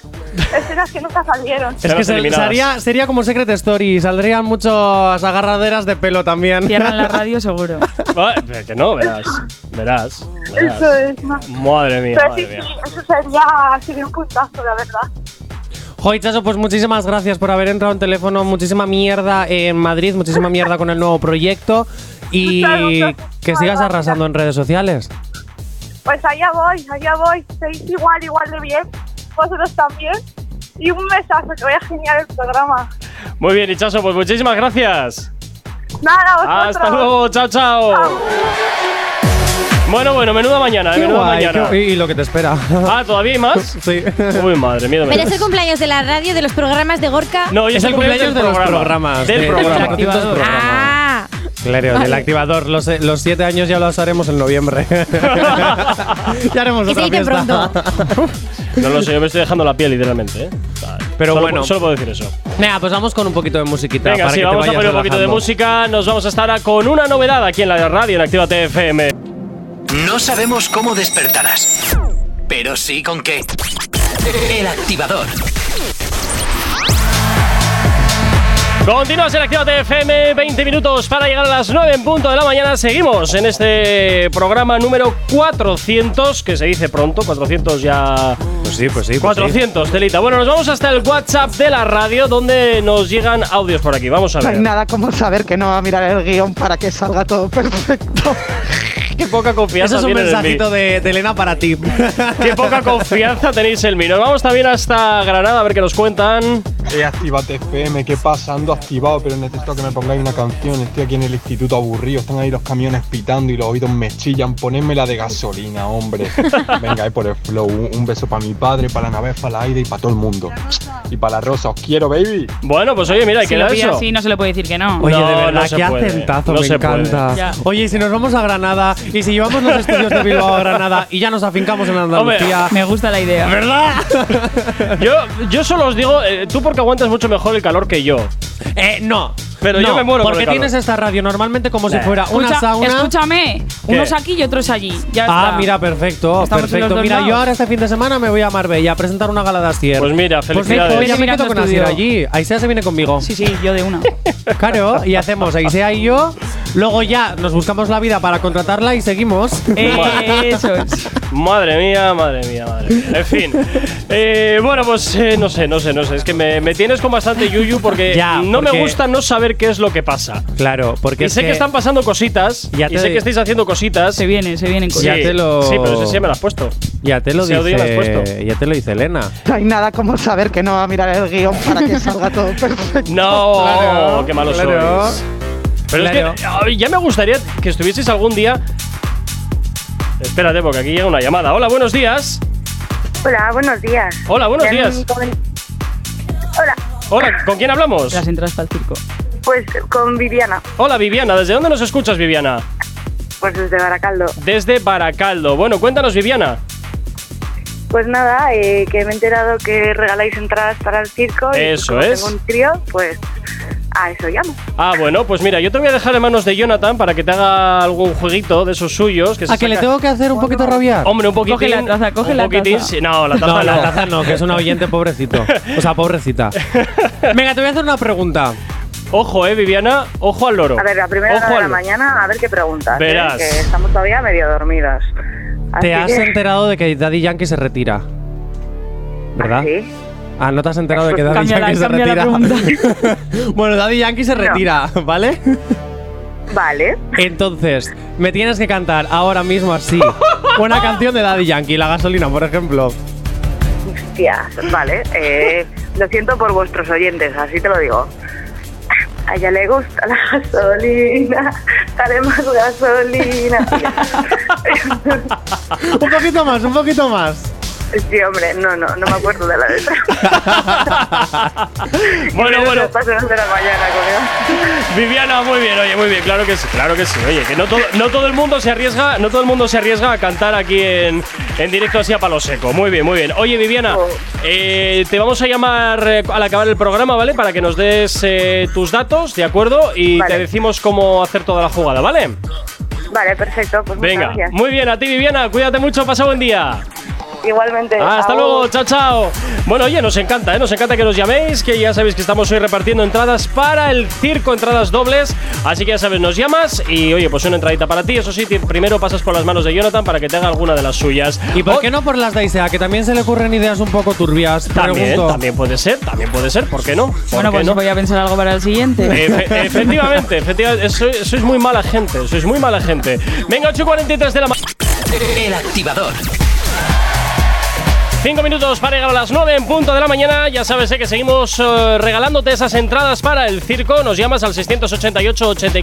S7: escenas que nunca salieron.
S3: es que
S2: Escenas
S3: se-
S2: eliminadas.
S3: sería, sería como Secret Story, saldrían muchas agarraderas de pelo también.
S4: Cierran la radio seguro.
S2: Ah, pero que no, verás. Verás. verás.
S7: Eso es, no.
S2: Madre mía,
S7: Pero sí,
S2: madre mía.
S7: sí, eso sería, sería un puntazo, la verdad.
S3: Jo, Ichazo, pues muchísimas gracias por haber entrado en teléfono. Muchísima mierda en Madrid, muchísima mierda con el nuevo proyecto. Y
S7: Muchas, muchas,
S3: que
S7: muchas
S3: sigas
S7: gracias.
S3: arrasando en redes sociales.
S7: Pues allá voy, allá voy. Seguís igual, igual de bien. Vosotros también. Y un besazo, que vaya genial el programa.
S2: Muy bien, Ichazo, pues muchísimas gracias.
S7: Nada, vosotros.
S2: Ah, Hasta luego, chao, chao. Bueno, bueno, menuda mañana, eh,
S3: Qué
S2: menuda
S3: guay,
S2: mañana.
S3: qué- y, y lo que te espera.
S2: Ah, ¿todavía hay más?
S3: sí.
S2: Uy, madre mía.
S6: Pero es el cumpleaños de la radio, de los programas de Gorka.
S2: No, hoy
S3: Es el cumpleaños de los programas.
S2: Del
S3: de-
S2: programa.
S3: de los 400 programas.
S6: Ah,
S3: Claro, del activador. Los, eh, los siete años ya los haremos en noviembre. ya haremos
S6: Que se
S3: otra
S6: dice
S3: fiesta.
S2: No lo sé, yo me estoy dejando la piel, literalmente. ¿eh? Vale.
S3: Pero
S2: Solo-
S3: bueno.
S2: Solo puedo decir eso.
S3: Venga, pues vamos con un poquito de musiquita.
S2: Venga,
S3: para
S2: sí,
S3: que te
S2: vamos a
S3: vayas
S2: poner un poquito de
S3: relajando.
S2: música. Nos vamos a estar ahora con una novedad aquí en la radio en Activa TFM.
S1: No sabemos cómo despertarás, pero sí con qué. El activador.
S2: Continúas en Actívate FM, 20 minutos para llegar a las 9 en punto de la mañana. Seguimos en este programa número 400, que se dice pronto, 400 ya...
S3: Pues sí, pues sí. pues
S2: 400, telita. Bueno, nos vamos hasta el WhatsApp de la radio, donde nos llegan audios por aquí. Vamos a
S8: No hay
S2: ver.
S8: nada como saber que no va a mirar el guión para que salga todo perfecto.
S2: Qué poca
S3: sí.
S2: confianza
S3: Eso es un
S2: tienes en mí.
S3: mensajito de, de Elena para ti.
S2: Qué poca confianza tenéis en mí. Nos vamos también hasta Granada a ver qué nos cuentan.
S9: Eh, activate FM, ¿qué pasa? Ando activado, pero necesito que me pongáis una canción. Estoy aquí en el instituto aburrido, están ahí los camiones pitando y los oídos me chillan. Ponedme la de gasolina, hombre. Venga, ahí por el flow. Un un beso para mi padre, para Navés, para la Aida y para todo el mundo. Y para la Rosa, os quiero, baby.
S2: Bueno, pues oye, mira, hay
S4: Si
S2: que
S4: lo
S2: dar
S4: pilla
S2: eso.
S4: así, no se le puede decir que no.
S3: Oye,
S2: No,
S3: de verdad,
S2: no se
S3: qué
S2: puede.
S3: acentazo,
S2: No
S3: me
S2: se puede.
S3: encanta.
S4: Ya.
S3: Oye, y si nos vamos a Granada y si llevamos los estudios de Bilbao a Granada y ya nos afincamos en Andalucía.
S4: Me gusta la idea.
S2: Yo, yo solo os digo, eh, tú porque aguantas mucho mejor el calor que yo.
S3: Eh, no.
S2: Pero yo
S3: No,
S2: me muero por
S3: Porque
S2: el calor.
S3: tienes esta radio normalmente como si
S2: Nah.
S3: fuera una
S4: Escucha-
S3: sauna.
S4: Escúchame,
S2: ¿Qué?
S4: unos aquí y otros allí. Ya
S3: Ah,
S4: está.
S3: mira, perfecto,
S4: Estamos en los
S3: perfecto.
S4: dos
S3: Mira, yo
S4: lados.
S3: ahora este fin de semana me voy a Marbella a presentar una gala de Asier.
S2: Pues mira, felicidades.
S3: Pues me- ya me
S4: Vete
S3: quedo
S4: mirando
S3: con
S4: estudio.
S3: Asier allí. Aisea se viene conmigo.
S4: Sí, sí, yo de una.
S3: Claro, y hacemos Aisea y yo. Luego ya nos buscamos la vida para contratarla y seguimos.
S4: Eh, eso es.
S2: Madre mía, madre mía, madre mía. En fin. Eh, bueno, pues eh, no sé, no sé, no sé. Es que me, me tienes con bastante yuyu porque
S3: Ya,
S2: no me
S3: porque-
S2: gusta no saber qué es lo que pasa.
S3: Claro, porque
S2: Y sé que están pasando cositas.
S3: Ya
S2: y
S3: te-
S2: sé que estáis haciendo cositas.
S4: Se vienen, se vienen
S2: Sí,
S4: cosas.
S3: Ya te lo-
S2: sí, pero ese sí me lo has puesto.
S3: Ya te lo
S2: Ese audio lo has
S3: dice,
S2: puesto.
S3: ya te lo dice Elena.
S8: No hay nada como saber que no va a mirar el guión para que salga todo perfecto.
S2: No,
S3: Claro,
S2: qué malo
S3: ¡Oh! claro.
S2: sois. Pero
S3: Claro.
S2: es que ay, ya me gustaría que estuvieseis algún día. Espérate, porque aquí llega una llamada. Hola, buenos días.
S7: Hola, buenos días.
S2: Hola, buenos
S7: Ya
S2: días.
S7: me comen- Hola,
S2: Hola, ¿con quién hablamos?
S4: Las entradas para el circo.
S7: pues con Viviana,
S2: Hola, Viviana. ¿Desde dónde nos escuchas, Viviana?
S7: pues desde Baracaldo.
S2: Desde Baracaldo. Bueno, cuéntanos, Viviana.
S7: Pues nada, eh, que me he enterado que regaláis entradas para el circo.
S2: Eso
S7: y como
S2: es.
S7: Tengo un trío, pues a eso llamo.
S2: Ah, bueno, pues mira, yo te voy a dejar en manos de Jonathan para que te haga algún jueguito de esos suyos. Que se
S3: ¿A que le
S2: saca-
S3: tengo que hacer un poquito rabiar?
S2: Hombre, un poquitín.
S4: Coge la taza, coge
S2: un
S4: la
S2: poquitín,
S4: taza.
S2: sí. No, la taza
S3: No,
S2: no.
S3: la taza no, que es un oyente pobrecito. O sea, pobrecita. Venga, te voy a hacer una pregunta.
S2: Ojo, eh, Viviana. Ojo al loro.
S7: A ver, la primera
S2: Ojo
S7: hora de
S2: al
S7: la
S2: loro.
S7: mañana, a ver qué preguntas. ¿eh?
S2: Verás.
S7: Que estamos todavía medio dormidos. Así
S3: Te has
S7: que-
S3: enterado de que Daddy Yankee se retira. ¿Verdad?
S7: Sí.
S3: Ah, no te has enterado de que Daddy
S4: Cambia la-
S3: Yankee se
S4: cambia la
S3: retira. bueno, Daddy Yankee se retira, ¿vale?
S7: Vale.
S3: Entonces, me tienes que cantar ahora mismo así una canción de Daddy Yankee, la gasolina, por ejemplo.
S7: Hostias, vale. eh, lo siento por vuestros oyentes, así te lo digo. A ella le gusta la gasolina, dale más gasolina.
S3: Un poquito más, un poquito más.
S7: Sí, hombre, no, no, no me acuerdo de la letra.
S2: Bueno,
S7: Pero
S2: bueno.
S7: me paso desde la mañana, coño.
S2: Viviana, muy bien, oye, muy bien, claro que sí, claro que sí. Oye, que no todo, no todo el mundo se arriesga, no todo el mundo se arriesga a cantar aquí en, en directo así a palo seco. Muy bien, muy bien. Oye, Viviana,
S7: Oh.
S2: eh, te vamos a llamar eh, al acabar el programa, ¿vale? Para que nos des eh, tus datos, ¿de acuerdo? Y
S7: Vale.
S2: te decimos cómo hacer toda la jugada, ¿vale?
S7: Vale, perfecto, pues muchas
S2: Venga,
S7: gracias.
S2: muy bien, a ti, Viviana, cuídate mucho, pasa buen día.
S7: Igualmente.
S2: Ah, Hasta
S7: Agur.
S2: luego, chao, chao. Bueno, oye, nos encanta, ¿eh? nos encanta que nos llaméis, que ya sabéis que estamos hoy repartiendo entradas para el circo, entradas dobles. Así que ya sabes, nos llamas y oye, pues una entradita para ti. Eso sí, te- primero pasas por las manos de Jonathan para que te haga alguna de las suyas. Oh,
S3: ¿Y
S2: O-
S3: por qué no por las de Isea? Que también se le ocurren ideas un poco turbias.
S2: También,
S3: pregunto.
S2: también puede ser, también puede ser, ¿por qué no? ¿Por
S4: Bueno,
S2: qué
S4: pues
S2: no?
S4: voy a pensar algo para el siguiente.
S2: Efe- efectivamente, efectivamente, sois, sois muy mala gente, sois muy mala gente. Venga, 8.43 de la mañana.
S1: El activador.
S2: 5 minutos para llegar a las 9 en punto de la mañana. Ya sabes eh, que seguimos eh, regalándote esas entradas para el circo. Nos llamas al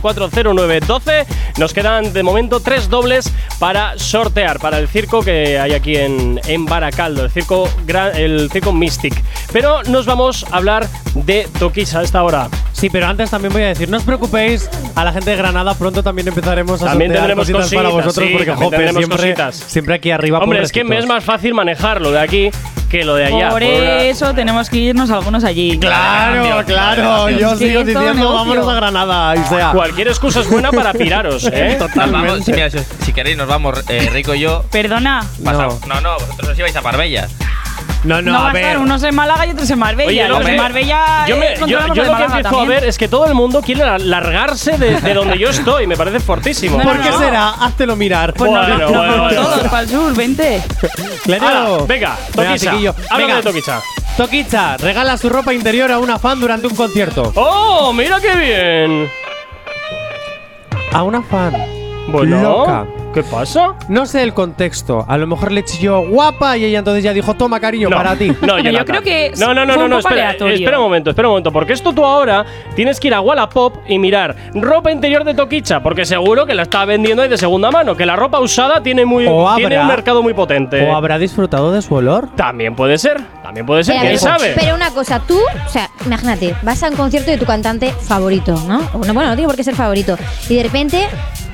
S2: 688-840912. Nos quedan de momento tres dobles para sortear para el circo que hay aquí en, en Baracaldo, el circo, gran, el circo Mystic. Pero nos vamos a hablar de Toquisa a esta hora.
S3: Sí, pero antes también voy a decir, no os preocupéis, a la gente de Granada pronto también empezaremos a
S2: También
S3: sortear
S2: tendremos
S3: cositas para
S2: cositas,
S3: vosotros
S2: sí,
S3: porque
S2: también
S3: jope,
S2: tendremos
S3: siempre,
S2: cositas.
S3: siempre aquí arriba
S2: Hombre, es que me es
S3: pobrecitos.
S2: más fácil manejar lo de aquí que lo de allá.
S4: Por
S2: una-
S4: eso tenemos que irnos algunos allí.
S3: Claro, claro, yo os
S4: Sí,
S3: sigo
S4: es todo
S3: diciendo,
S4: negocio.
S3: vámonos a Granada, Isea.
S2: Cualquier excusa es buena para piraros, ¿eh?
S5: Nos vamos- sí, mira, si, si queréis, nos vamos eh, Rico y yo.
S4: Perdona,
S5: Pasa-
S3: No.
S5: no, no, vosotros os ibais a Marbella.
S3: No, no,
S4: No, va
S3: a
S4: a
S3: ver.
S4: estar unos en Málaga y otros en Marbella.
S2: Oye, no,
S4: los de
S2: hombre,
S4: Marbella.
S2: Yo, me-
S4: eh,
S2: yo-
S4: controlan los
S2: yo
S4: de
S2: lo que
S4: Málaga
S2: empiezo a
S4: también.
S2: ver es que todo el mundo quiere la- largarse de, de donde yo estoy. Me parece fortísimo.
S4: No,
S3: ¿Por
S4: no,
S3: qué
S4: no.
S3: será? Háztelo mirar.
S4: Pues no,
S2: Bueno,
S4: no, no,
S2: bueno, bueno.
S4: todos para el sur, vente.
S3: Claro.
S2: Ala, venga, Toquicha.
S3: chiquillo.
S2: Háblame
S3: Venga.
S2: de Toquicha.
S3: Toquicha, regala su ropa interior a una fan durante un concierto.
S2: ¡Oh, mira qué bien!
S3: A una fan.
S2: Bueno,
S3: Loca.
S2: ¿qué pasa?
S3: No sé el contexto. A lo mejor le chilló guapa y ella entonces ya dijo, toma cariño,
S2: No,
S3: para ti.
S2: No,
S4: yo
S2: Jonathan.
S4: creo que
S2: No, no, no,
S4: fue
S2: no,
S4: un
S2: no,
S4: poco
S2: espera,
S4: aleatorio.
S2: espera un momento, espera un momento. Porque esto tú ahora tienes que ir a Wallapop y mirar ropa interior de Toquicha, porque seguro que la está vendiendo ahí de segunda mano, que la ropa usada tiene, muy,
S3: O
S2: tiene
S3: habrá-
S2: un mercado muy potente.
S3: ¿O habrá disfrutado de su olor?
S2: También puede ser, también puede ser,
S6: Pero,
S2: quién
S6: pero-
S2: sabe.
S6: pero una cosa, tú, o sea, imagínate, vas a un concierto de tu cantante favorito, ¿no? O no, Bueno, no tiene por qué ser favorito. Y de repente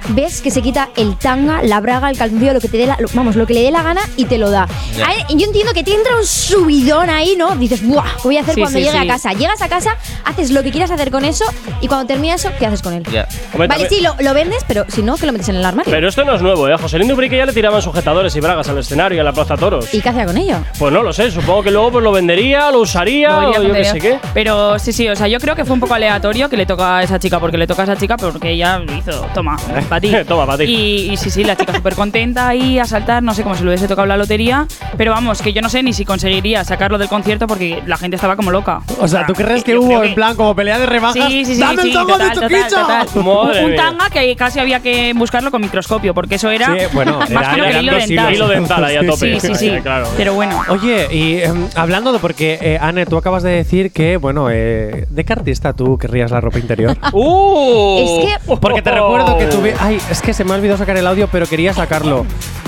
S6: ves que se quita el tanga, la braga, el calzoncillo, lo que te dé la, lo- vamos, lo que le dé la gana y te lo da. Ay, yo entiendo que te entra un subidón ahí, ¿no? Dices, ¡buah! ¿Qué voy a hacer
S4: Sí,
S6: cuando
S4: sí,
S6: llegue
S4: sí.
S6: a casa? Llegas a casa, haces lo que quieras hacer con eso y cuando termina eso, ¿qué haces con él?
S5: Ya.
S2: Hombre,
S6: Vale,
S2: también-
S6: sí, lo, lo vendes, pero si no, que lo metes en el armario.
S2: Pero esto no es nuevo, ¿eh? A Joselín Dubrique ya le tiraban sujetadores y bragas al escenario y a la Plaza Toros.
S6: ¿Y qué hacía con ello?
S2: Pues no lo sé, supongo que luego pues lo vendería, lo usaría
S4: Lo diría
S2: o yo qué
S4: tontería.
S2: sé qué.
S4: Pero sí, sí, o sea, yo creo que fue un poco aleatorio que le toca a esa chica, porque le toca a esa chica porque ella hizo, toma, para ti.
S2: Toma, pa' ti.
S4: Y, y sí, sí, la chica súper contenta ahí a saltar, no sé cómo si le hubiese tocado la lotería, pero vamos, que yo no sé ni si conseguiría sacarlo del concierto porque la gente estaba como loca.
S3: O sea, ¿tú crees que
S4: yo
S3: hubo
S4: creo
S3: en plan como pelea de rebajas?
S4: Sí, sí, sí,
S3: ¡Dame
S4: sí,
S3: el tango
S4: total,
S3: de
S4: total,
S3: Toquicha!
S4: total.
S2: Madre
S4: un
S2: mía.
S4: tanga que casi había que buscarlo con microscopio, porque eso era
S3: Sí, bueno,
S4: más
S2: Ah,
S3: era-
S4: fino que
S3: eran
S4: el hilo
S3: dos
S4: dental.
S2: Hilo dental ahí a tope.
S4: Sí, sí, sí.
S2: Claro.
S4: Pero bueno.
S3: Oye, y em, hablando de porque, eh, Anne, tú acabas de decir que, bueno, eh, ¿de qué artista tú querrías la ropa interior?
S5: Oh.
S2: ¡Uh!
S6: Es que-
S3: Porque te recuerdo que tuve. Ay, es que se me ha olvidado sacar el audio, pero quería sacarlo.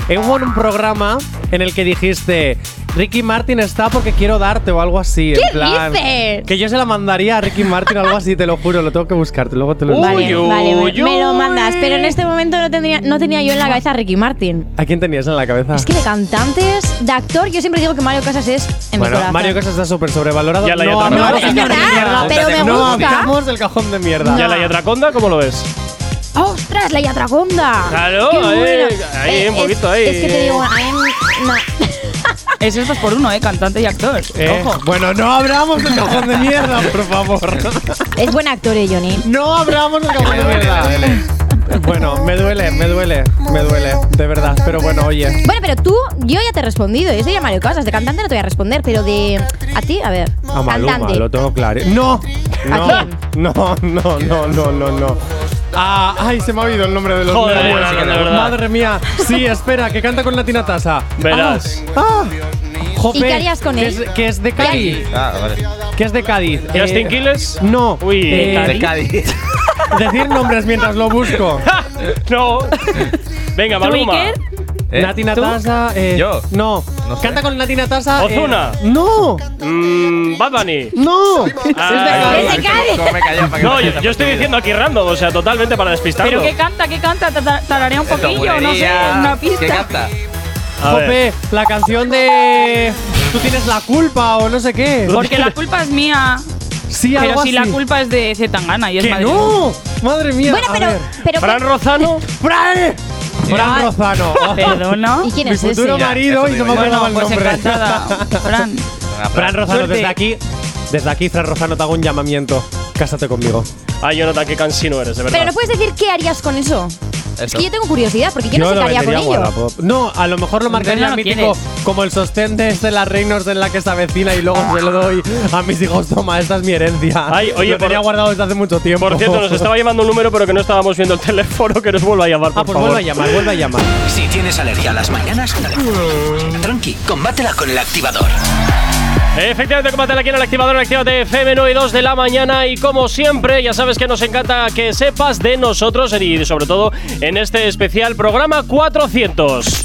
S3: Eh, Hubo un programa en el que dijiste: Ricky Martin está porque quiero darte o algo así. en
S6: ¿Qué
S3: plan,
S6: dices?
S3: Que yo se la mandaría a Ricky Martin o algo así, te lo juro, lo tengo que buscarte. Luego te lo
S2: Uy,
S3: enseño.
S6: vale,
S2: uy,
S6: vale, vale, me lo
S2: uy.
S6: mandas. Pero en este momento no, tendría, no tenía yo en la cabeza a Ricky Martin.
S3: ¿A quién tenías en la cabeza?
S6: Es que de cantantes, de actor, yo siempre digo que Mario Casas es en mi
S3: bueno,
S6: corazón.
S3: Mario Casas está súper sobrevalorado.
S2: Ya la
S3: no
S2: ya
S6: no,
S3: hablamos-
S2: Casas-
S6: señora, pero me
S3: no
S6: gusta.
S3: hablamos del cajón de mierda.
S2: ¿Y a la Yatraconda cómo lo ves?
S6: ¡Ostras, la Yatraconda!
S2: Claro,
S6: Qué bueno.
S2: eh, ahí, un
S6: es-
S2: poquito ahí.
S6: Es que te digo, a mí no.
S4: Es el dos por uno, ¿eh? Cantante y actor.
S3: Eh,
S4: Ojo.
S3: bueno, no hablamos del cajón de mierda, por favor.
S6: Es buen actor, eh, Johnny.
S3: No hablamos del cajón de mierda. Bueno, me duele, me duele, me duele, de verdad. Pero bueno, oye.
S6: Bueno, pero tú, yo ya te he respondido. Yo soy a Mario Casas. De cantante no te voy a responder, pero de. A ti, a ver.
S3: A Maluma,
S6: cantante.
S3: lo tengo claro. No, no,
S6: ¿A
S3: no, no, no, no, no, no. Ah, ay, se me ha oído el nombre de los
S2: Joder,
S3: nervios.
S2: no, no, de verdad.
S3: Madre mía. Sí, espera, que canta con Latina Tasa.
S2: Verás.
S3: Ah, jope,
S6: ¿Y qué harías con
S3: que
S6: él?
S3: es- que es de Cádiz.
S5: Ah, vale.
S3: Que es de Cádiz.
S2: ¿Justin
S3: Eh,
S2: Quiles?
S3: No.
S2: Uy,
S5: De
S3: eh,
S5: Cádiz.
S3: decir nombres mientras lo busco.
S2: no. Venga, Maluma.
S4: Iker?
S5: ¿Eh?
S3: Nati
S5: ¿Tú?
S3: Natasa. Eh,
S5: Yo.
S3: No.
S5: No sé.
S3: Canta con Nati Natasa. eh,
S2: Ozuna.
S3: no.
S2: Mm, Bad Bunny.
S3: No.
S2: Ah,
S6: Es de Cádiz.
S5: ¿Cómo me calló para que
S2: No,
S5: me
S2: yo,
S5: sienta
S2: yo estoy
S5: ofendido?
S2: diciendo aquí random, o sea, totalmente para despistarlo.
S4: ¿Pero qué canta? ¿Qué canta? Ta- Tararea un poquillo, no sé,
S5: Tamburería.
S4: una
S5: ¿Qué
S4: pista.
S5: canta?
S2: A ver.
S3: Jope, la canción de Tú tienes la culpa o no sé qué.
S4: Porque la culpa es mía.
S3: Sí,
S4: Pero
S3: algo
S4: si la
S3: así.
S4: culpa es de Zetangana y es
S3: Que
S4: Madrid.
S3: no. Madre mía.
S6: Bueno,
S3: a
S6: pero.
S3: ver.
S6: pero
S2: Fran Rozano.
S3: Fran. Fran Rozano.
S4: Perdona.
S6: ¿Y quién
S3: Mi
S6: es ese?
S3: futuro
S5: Ya,
S3: marido
S5: eso
S3: y no
S5: te
S3: me
S5: digo yo.
S3: acordaba
S4: Bueno,
S3: el
S4: pues
S3: nombre.
S4: encantada. Fran.
S5: Venga,
S3: Fran Rozano,
S4: Suerte.
S3: desde aquí. Desde aquí, Fran Rozano, te hago un llamamiento. Cásate conmigo.
S2: Ay, Jonathan, qué cansino eres, de verdad.
S6: Pero no puedes decir qué harías con eso. Es
S5: Eso.
S6: que yo tengo curiosidad, porque yo, no sé
S3: lo
S6: qué haría con
S3: vendería a
S6: ello.
S3: Wallapop. No, a lo mejor lo marcaría
S4: Venderlo no
S3: mítico como el sostén de Estela Reinos en la que se avecina y luego se lo doy a mis hijos. Toma, esta es mi herencia.
S2: Ay, oye,
S3: lo tenía
S2: por-
S3: guardado desde hace mucho tiempo.
S2: Por cierto, nos estaba llamando un número, pero que no estábamos viendo el teléfono, que nos vuelva a llamar, por
S3: Ah, pues
S2: favor.
S3: vuelve a llamar, vuelve a llamar.
S1: Si tienes alergia a las mañanas, tranqui, combátela con el activador.
S2: Efectivamente, combátela aquí en el activador, en Actívate FM 9 y 2 de la mañana. Y como siempre, ya sabes que nos encanta que sepas de nosotros y sobre todo en este especial programa 400.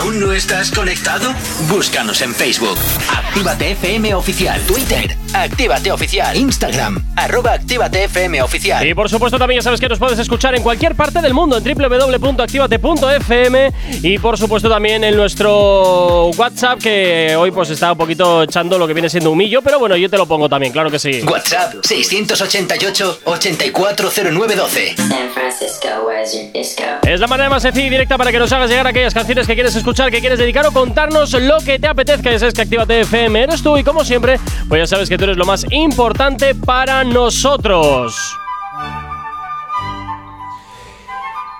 S1: ¿Aún no estás conectado? Búscanos en Facebook. Actívate FM Oficial, Twitter Actívate Oficial. Instagram, arroba Actívate FM Oficial.
S2: Y por supuesto también ya sabes que nos puedes escuchar en cualquier parte del mundo en www.activate.fm y por supuesto también en nuestro WhatsApp que hoy pues está un poquito echando lo que viene siendo humillo, pero bueno, yo te lo pongo también, claro que sí.
S1: WhatsApp 688-840912.
S10: San Francisco was your disco.
S2: Es la manera más sencilla y directa para que nos hagas llegar aquellas canciones que quieres escuchar, que quieres dedicar o contarnos lo que te apetezca. Ese es que Actívate FM eres tú y como siempre, pues ya sabes que tú eres lo más importante para nosotros.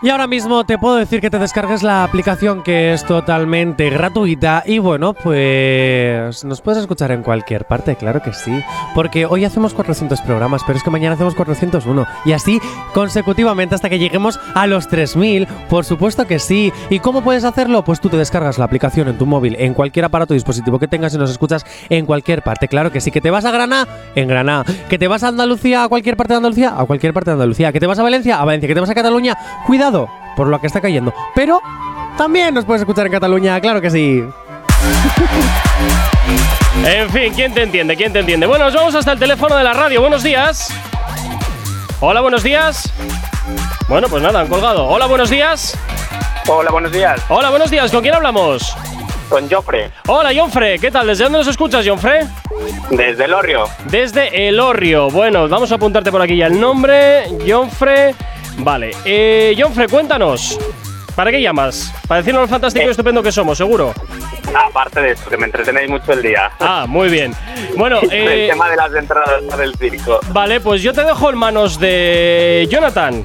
S3: Y ahora mismo te puedo decir que te descargues la aplicación que es totalmente gratuita y bueno, pues nos puedes escuchar en cualquier parte, claro que sí, porque hoy hacemos 400 programas, pero es que mañana hacemos 401 y así consecutivamente hasta que lleguemos a los 3000, por supuesto que sí. ¿Y cómo puedes hacerlo? Pues tú te descargas la aplicación en tu móvil, en cualquier aparato dispositivo que tengas y nos escuchas en cualquier parte, claro que sí, que te vas a Granada, en Granada, que te vas a Andalucía, a cualquier parte de Andalucía, a cualquier parte de Andalucía, que te vas a Valencia, a Valencia, que te vas a Cataluña, cuidado por lo que está cayendo, pero también nos puedes escuchar en Cataluña, claro que sí.
S2: En fin, ¿quién te entiende? ¿Quién te entiende? Bueno, nos vamos hasta el teléfono de la radio. Buenos días. Hola, buenos días. Bueno, pues nada, han colgado. Hola, buenos días.
S11: Hola, buenos días.
S2: Hola, buenos días. ¿Con quién hablamos?
S11: Con Joffre,
S2: Hola, Jonfre. ¿Qué tal? ¿Desde dónde nos escuchas, Jonfre?
S11: desde Lorio.
S2: Desde Elorrio. Bueno, vamos a apuntarte por aquí ya el nombre. Jonfre. Vale. Eh, Jonfre, cuéntanos. ¿Para qué llamas? Para decirnos lo fantástico
S11: Eh.
S2: y estupendo que somos, seguro.
S11: Aparte de eso, que me entretenéis mucho el día.
S2: Ah, muy bien. Bueno, eh,
S11: El tema de las entradas para el circo.
S2: Vale, pues yo te dejo en manos de Jonathan.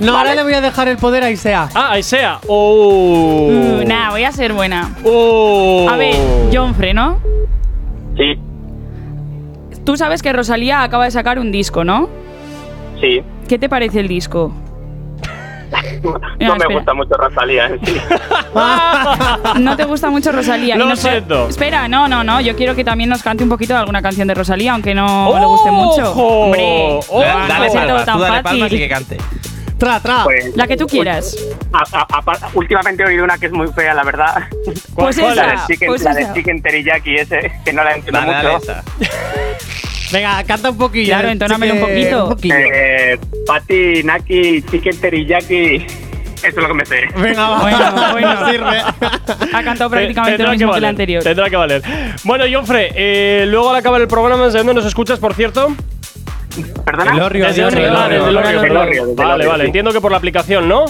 S3: No, ahora
S11: Vale.
S3: le voy a dejar el poder a Isea.
S2: Ah, Aisea. Oh.
S4: Mm, Nada, voy a ser buena.
S2: Oh.
S4: A ver, Jonfre, ¿no?
S11: Sí,
S4: Tú sabes que Rosalía acaba de sacar un disco, ¿no?
S11: sí.
S4: ¿Qué te parece el disco?
S11: No me
S4: espera.
S11: gusta mucho Rosalía en sí.
S4: No te gusta mucho Rosalía. y
S2: Lo
S4: no sé-
S2: siento.
S4: Espera, no, no, no. Yo quiero que también nos cante un poquito de alguna canción de Rosalía, aunque no le guste mucho.
S2: ¡Ojo!
S4: Hombre,
S2: ¡Ojo!
S4: Oh, no va a
S5: dale
S4: ser todo
S5: palmas,
S4: tan
S5: tú dale
S4: fácil.
S5: palmas y que cante.
S3: Tra, tra.
S11: Pues,
S4: La que tú quieras.
S11: a- a- apar- últimamente he oído una que es muy fea, la verdad.
S2: ¿Cuál-
S4: Pues
S2: cuál
S11: La del
S4: esa.
S11: chicken,
S4: Pues
S11: la del
S4: esa.
S11: chicken teriyaki ese, que no la entiendo
S5: Dale, dale
S11: mucho.
S5: esa.
S3: Venga, canta un poquillo.
S4: Claro,
S3: eh,
S4: entónamelo un
S3: sí que-
S4: poquito.
S11: Eh, Pati, Naki, chicken teriyaki. Eso es lo que me sé.
S3: Venga, va.
S4: Bueno, bueno.
S3: Nos sirve.
S4: Ha cantado
S2: Te-
S4: prácticamente
S2: tendrá
S4: lo mismo que,
S2: valer,
S4: la anterior.
S2: Tendrá que valer. Bueno, Jonfre, eh, luego al acabar el programa, ¿desde dónde nos escuchas, por cierto?
S11: ¿Perdona?
S3: Elorrio,
S2: Desde
S3: Elorrio,
S2: Elorrio, ah, desde Elorrio,
S3: Elorrio.
S11: Elorrio,
S2: perdón.
S11: Elorrio, desde
S2: Vale,
S11: Elorrio,
S2: vale.
S11: sí.
S2: Entiendo que por la aplicación, ¿no?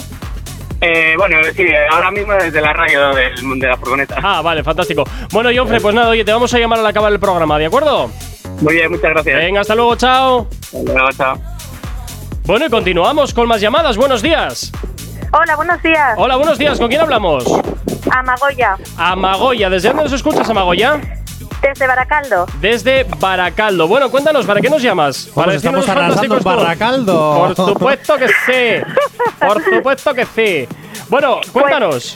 S11: Eh, bueno, sí, ahora mismo desde la radio del, de la furgoneta.
S2: Ah, vale, fantástico. Bueno, Jonfre, pues nada, oye, te vamos a llamar al acabar el programa, ¿de acuerdo?
S11: Muy bien, muchas gracias.
S5: Eh.
S2: Venga, hasta luego, chao.
S11: Hasta luego, chao.
S2: Bueno, y continuamos con más llamadas. Buenos días.
S7: Hola, buenos días.
S2: Hola, buenos días. ¿Con quién hablamos?
S7: Amagoya,
S2: Amagoya. ¿Desde dónde nos escuchas, Amagoya?
S7: desde Baracaldo.
S2: Desde Baracaldo. Bueno, cuéntanos, ¿para qué nos llamas? Para
S3: Vamos,
S2: decirnos
S3: Pues estamos arrasando
S2: fantásticos
S3: en Baracaldo.
S2: Por supuesto que sí. Por supuesto que sí. Bueno,
S7: Pues
S2: cuéntanos.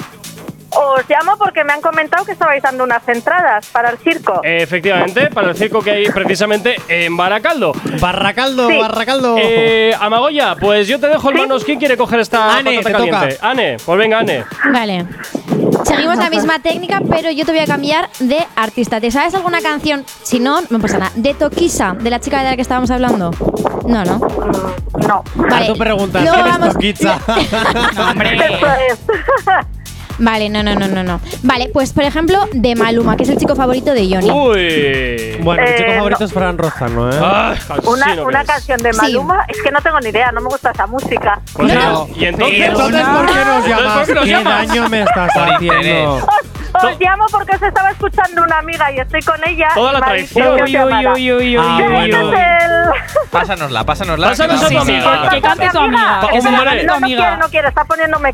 S7: Os llamo porque me han comentado que estabais dando unas entradas para el circo.
S2: Eh, efectivamente, para el circo que hay precisamente en Baracaldo.
S3: Barracaldo,
S7: Sí.
S3: Barracaldo.
S2: Eh, Amagoya, pues yo te dejo en manos. ¿Quién quiere coger esta
S3: Ane,
S2: patata
S3: te
S2: caliente? Ane, pues venga, Ane.
S6: Vale. Seguimos la misma técnica, pero yo te voy a cambiar de artista. ¿Te sabes alguna canción? Si no, no pasa nada. De Toquisa, de la chica de la que estábamos hablando. No, no.
S7: Mm, No.
S6: Vale.
S3: Ah, tú preguntas,
S6: luego
S3: ¿quién es
S6: vamos-
S3: Toquisa?
S4: No, hombre.
S7: Eso es.
S6: Vale, no, no, no, no, no. Vale, pues por ejemplo, de Maluma, que es el chico favorito de Johnny.
S3: Uh,
S2: Uy.
S3: Bueno, mi
S7: Eh,
S3: chico favorito
S7: no.
S3: es Fran Rozano, ¿eh?
S2: Ah,
S7: Una,
S2: cansino que
S7: una
S2: eres.
S7: canción de
S6: Sí.
S7: Maluma, es que no tengo ni idea, no me gusta esa música.
S2: Pues
S6: No,
S2: ya,
S6: no.
S2: Y entonces.
S3: ¿Y entonces por qué nos
S2: Entonces,
S3: llamas?
S2: ¿por qué nos
S3: ¿Qué
S2: llamas?
S3: daño me estás
S5: Por
S3: haciendo?
S5: interés.
S7: Os, os llamo porque os estaba escuchando una amiga y estoy con ella.
S2: Toda
S7: y
S2: la
S7: me ha dicho
S2: traición.
S7: que os
S2: Uy,
S7: llamara.
S3: Ah,
S7: ¿Qué
S3: bueno.
S7: dices del-
S5: Pásanosla, pásanosla.
S2: Pásanos a
S5: que la
S2: tu
S5: vamos
S2: amiga.
S5: a-
S4: Que cante tu amiga.
S2: Pa-
S4: Que se la
S2: hombre.
S4: cante tu
S7: No, no quiere,
S4: amiga.
S7: no quiere, está poniéndome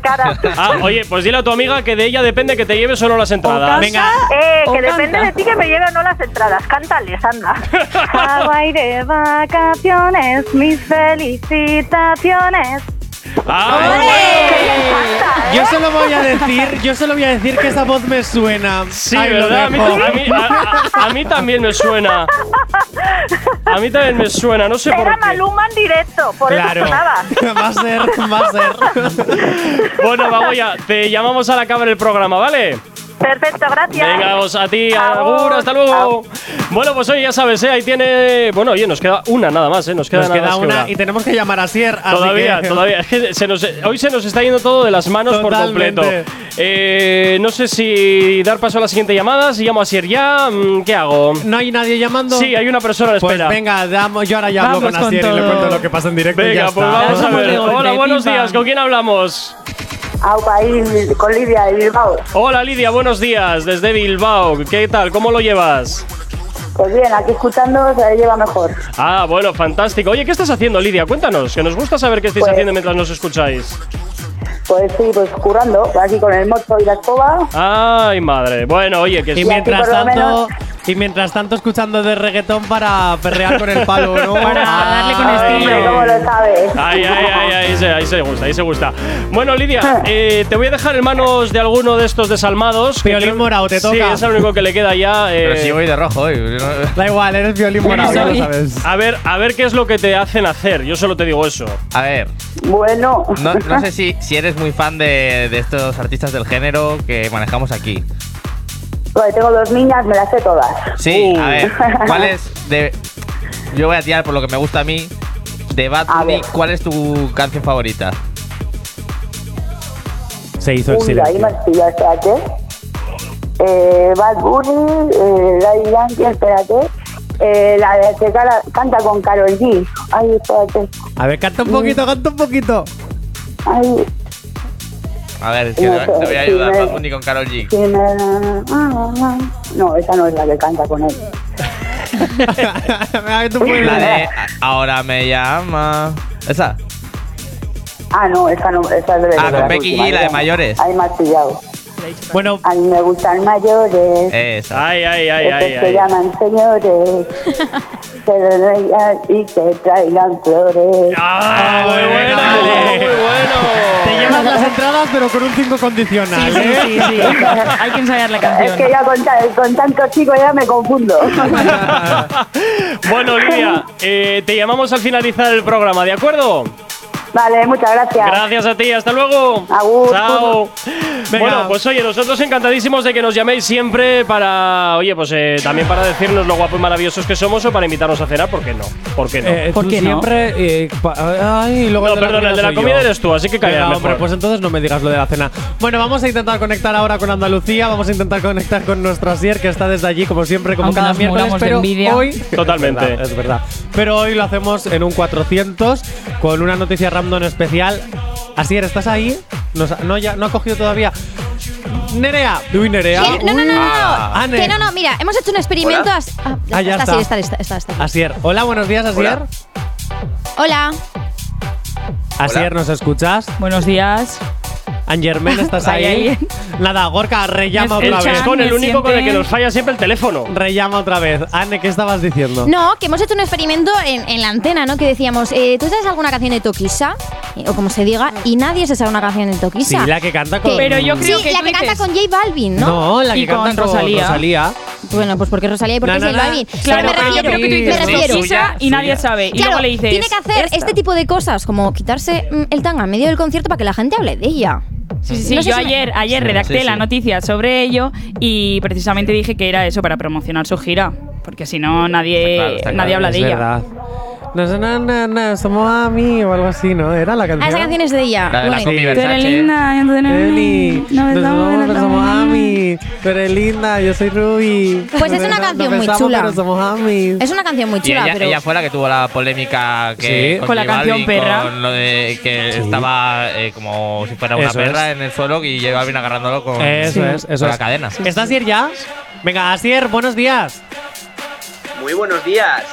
S7: cara.
S2: Ah, oye, pues dile a tu amiga que de ella depende que te lleves o no las entradas.
S3: Venga,
S7: Eh,
S4: O
S7: que
S4: canta.
S7: depende de ti que me lleven o no las entradas. Cántales, anda. Agua y de vacaciones, mis felicitaciones.
S2: Ah,
S7: Que
S2: bueno.
S7: bien canta, ¿eh?
S3: yo solo voy a decir, yo solo voy a decir que esa voz me suena.
S2: Sí,
S3: Ahí lo
S2: ¿verdad? A mí,
S3: dejo.
S2: a mí- a- a- a mí también me suena. A mí también me suena, no sé por
S7: Era
S2: qué.
S7: Maluma en directo, por
S3: Claro.
S7: eso sonaba.
S3: va a ser, va a ser.
S2: Bueno, Magoya, te llamamos al acabar el programa, ¿vale?
S7: Perfecto, gracias.
S2: Venga, vos a ti,
S7: Agur.
S2: agur, hasta luego. Bueno, pues hoy ya sabes, ¿eh? ahí tiene. Bueno, oye, nos queda una nada más, ¿eh? Nos queda,
S3: Nos
S2: nada
S3: queda
S2: más que
S3: una y tenemos que llamar a Sier. así
S2: Todavía,
S3: que-
S2: todavía. Es que se nos- hoy se nos está yendo todo de las manos
S3: Totalmente.
S2: por completo. Eh, no sé si dar paso a la siguiente llamada, si llamo a Sier ya, mm, ¿qué hago?
S3: ¿No hay nadie llamando?
S2: Sí, hay una persona en
S3: Pues
S2: espera.
S3: venga, damos- yo ahora ya hablo
S2: Vamos
S3: con
S2: con
S3: Asier y le
S2: todo.
S3: cuento lo que pasa en directo. y
S2: Venga,
S3: ya
S2: pues
S3: está.
S2: vamos a ver. Hola, buenos días, ¿con quién hablamos?
S7: con Lidia de Bilbao.
S2: Hola Lidia, buenos días, desde Bilbao. ¿Qué tal? ¿Cómo lo llevas?
S7: Pues bien, aquí escuchando se lleva mejor.
S2: Ah, bueno, fantástico. Oye, ¿qué estás haciendo, Lidia? Cuéntanos, que nos gusta saber qué
S3: Pues
S2: estáis haciendo mientras nos escucháis.
S7: Pues sí, pues currando, aquí con el moto y la escoba.
S2: Ay, madre. Bueno, oye, que
S3: Y
S2: sí.
S3: mientras
S7: por lo
S3: tanto,
S7: menos-
S3: y mientras tanto escuchando de reggaetón para perrear con el palo, ¿no? Ah,
S2: Para darle con estilo.
S3: Ay.
S7: ¿Cómo lo sabes?
S2: Ay, ay, ay, ay, ahí se, ahí se gusta, ahí se gusta. Bueno, Lidia, eh, te voy a dejar en manos de alguno de estos desalmados. que
S3: Piolín
S2: creo-
S3: Morao, te
S2: Sí,
S3: toca.
S2: es el único que le queda ya. eh,
S5: Pero si voy de rojo hoy. no-
S3: Da igual, eres violín morado, ya lo sabes.
S2: a ver, a ver qué es lo que te hacen hacer. Yo solo te digo eso.
S5: A ver,
S7: Bueno,
S5: no, no sé si, si eres muy fan de, de estos artistas del género que manejamos aquí.
S7: Bueno, tengo dos niñas, me las sé todas.
S5: Sí, a ver,
S7: Uh.
S5: ¿cuál es de. Yo voy a tirar por lo que me gusta a mí. De Bad
S7: A
S5: Bunny,
S7: ver.
S5: ¿cuál es tu canción favorita?
S3: Se hizo el
S7: Uy, ahí
S3: silencio.
S7: me has pillado, espérate. Eh, Bad Bunny, eh, Daddy Yankee, espérate. Eh, la de que cara- canta con Carol G. Ay, espérate.
S3: A ver, canta un poquito, canta un poquito.
S7: Ay,
S5: A ver, es que
S7: No
S5: te,
S7: sé,
S5: te voy a
S7: sí,
S5: ayudar,
S7: me-
S5: Bad Bunny con Karol G.
S7: que me- ah, No, esa no es la que canta con él.
S3: A ver, tú puedes.
S5: La de a- Ahora me llama. Esa.
S7: Ah, no, esa, no, esa es de
S5: Ah,
S7: de
S5: con
S7: las
S5: Becky
S7: últimas,
S5: G, la de
S7: ya.
S5: mayores.
S7: Ahí me has pillado.
S3: Bueno,
S7: A mí me gustan mayores.
S5: Esa.
S2: Ay, ay, ay,
S7: Esos
S2: ay.
S7: que
S2: ay.
S7: llaman señores, que lo lean y que traigan flores.
S2: Ah, muy
S3: Muy
S2: bueno,
S3: bueno.
S2: muy
S3: te
S2: bueno.
S3: llevas las entradas, pero con un 5 condicional.
S4: Sí, sí,
S3: ¿eh?
S4: sí, sí. Hay que ensayar la
S7: Es
S4: canción.
S7: que ya con, ta- con tanto chico ya me confundo.
S2: bueno, Lidia, eh, te llamamos al finalizar el programa, ¿de acuerdo?
S7: vale, muchas gracias.
S2: Gracias a ti, hasta luego.
S7: Agur.
S2: Chao.
S3: Venga.
S2: Bueno, pues oye, nosotros encantadísimos de que nos llaméis siempre para, oye, pues eh, también para decirnos lo guapos y maravillosos que somos o para invitarnos a cenar, ¿por qué no? ¿Por qué no?
S3: Eh,
S4: ¿Por
S3: tú
S4: qué no?
S3: siempre, eh, pa- ay, y luego
S2: No,
S3: el de la
S2: perdona,
S3: comida
S2: el de la
S3: soy yo.
S2: comida eres tú, así que cállate
S3: Venga,
S2: mejor.
S3: hombre, pues entonces no me digas lo de la cena. Bueno, vamos a intentar conectar ahora con Andalucía, vamos a intentar conectar con nuestra Sier, que está desde allí, como siempre, como
S4: Aunque
S3: cada
S4: nos
S3: miércoles,
S4: muramos de
S3: pero
S4: envidia.
S3: hoy...
S2: Totalmente.
S3: Es verdad, es verdad. Pero hoy lo hacemos en un 400, con una noticia random especial. Asier, ¿estás ahí? Nos ha- no, ya, no ha cogido todavía. Nerea. Uy, Nerea.
S6: Sí, no, no, no, no, no.
S3: Ah,
S6: Que no, no, mira, hemos hecho un experimento. as- Ah,
S3: Ah, ya
S6: está, sí,
S3: está.
S6: está, está, está, está.
S3: Asier. Hola, buenos días, Asier.
S5: Hola.
S6: Hola.
S3: Asier, ¿nos escuchas?
S4: Buenos días.
S3: Angermen, ¿estás
S4: Ay,
S3: ahí?
S4: ay,
S3: Nada, Gorka, rellama
S4: Me
S3: otra
S2: es
S3: vez.
S4: escuchan.
S2: con el
S4: me
S2: único con el que
S4: sienten-
S2: nos falla siempre el teléfono.
S3: Rellama otra vez. Anne, ¿qué estabas diciendo?
S6: No, que hemos hecho un experimento en, en la antena, ¿no? Que decíamos, eh, ¿tú sabes alguna canción de Toquisa? Eh, O como se diga, y nadie se sabe una canción de
S3: Sí,
S6: Toquisa.
S3: la que canta
S6: Que-
S3: con.
S4: Pero yo creo
S6: Sí,
S4: que
S6: la
S4: tú
S6: que canta
S4: dices-
S6: con J Balvin, ¿no?
S3: la que
S4: Y
S3: canta
S4: con Rosalía.
S3: Rosalía.
S6: Bueno, pues porque Rosalía y
S3: Na,
S6: porque es
S3: na,
S6: J
S3: na.
S6: Balvin.
S4: Claro, ah,
S6: pero me
S4: pero yo
S6: refiero,
S4: creo que tú
S6: me
S4: dices
S6: refiero.
S4: "Toquisa", y nadie
S5: suya.
S4: sabe. Y luego
S6: Claro,
S4: le dices.
S6: tiene que hacer
S4: "Esta".
S6: este tipo de cosas, como quitarse mm, el tanga en medio del concierto para que la gente hable de ella.
S4: Sí, sí, sí.
S6: No sé
S4: yo
S6: si me-
S4: ayer, ayer
S5: Sí,
S4: redacté
S5: sí, sí.
S4: la noticia sobre ello y precisamente dije que era eso para promocionar su gira. Porque si no, nadie,
S5: Está claro, está
S4: nadie
S5: claro,
S4: habla de
S3: es
S4: ella.
S3: verdad. No sé, na, na, na, somos a mí o algo así, ¿no? Era la canción.
S6: Ah, esa canción es de ella.
S5: La de la
S6: Bueno,
S5: comida.
S4: Tú eres
S5: Versace.
S4: linda, no, no,
S3: Eli,
S4: no, no,
S3: nos
S4: no,
S3: amamos,
S4: no,
S3: pero
S4: no,
S3: somos
S4: no, no.
S3: amis. Tú eres linda, yo soy Ruby.
S6: Pues es
S3: Nos-
S6: una
S3: nos
S6: canción muy
S3: besamos,
S6: chula.
S3: Pero somos amis.
S6: es una canción muy
S5: Y
S6: chula,
S5: ella,
S6: pero.
S5: ella fue la que tuvo la polémica que
S3: Sí.
S5: con,
S4: Con la
S5: J
S4: canción
S5: Balvin,
S4: perra.
S5: Con lo de que estaba eh, como si fuera una
S3: Eso
S5: perra
S3: es.
S5: en el suelo y J Balvin agarrándolo con,
S3: Eso es, eso
S5: con
S3: es.
S5: la cadena.
S3: ¿Está Asier ya? Venga, Asier, buenos días.
S12: Muy buenos días.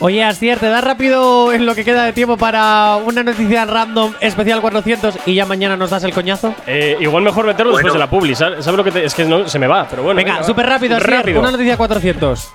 S3: Oye, Asier, ¿te da rápido en lo que queda de tiempo para una noticia random especial 400 y ya mañana nos das el coñazo?
S2: Eh, igual mejor meterlo después de la publi, ¿sabes? ¿Sabes lo que te- es que no, se me va, pero bueno.
S3: Venga,
S2: va.
S3: súper rápido, Asier.
S2: Rápido.
S3: Una noticia 400.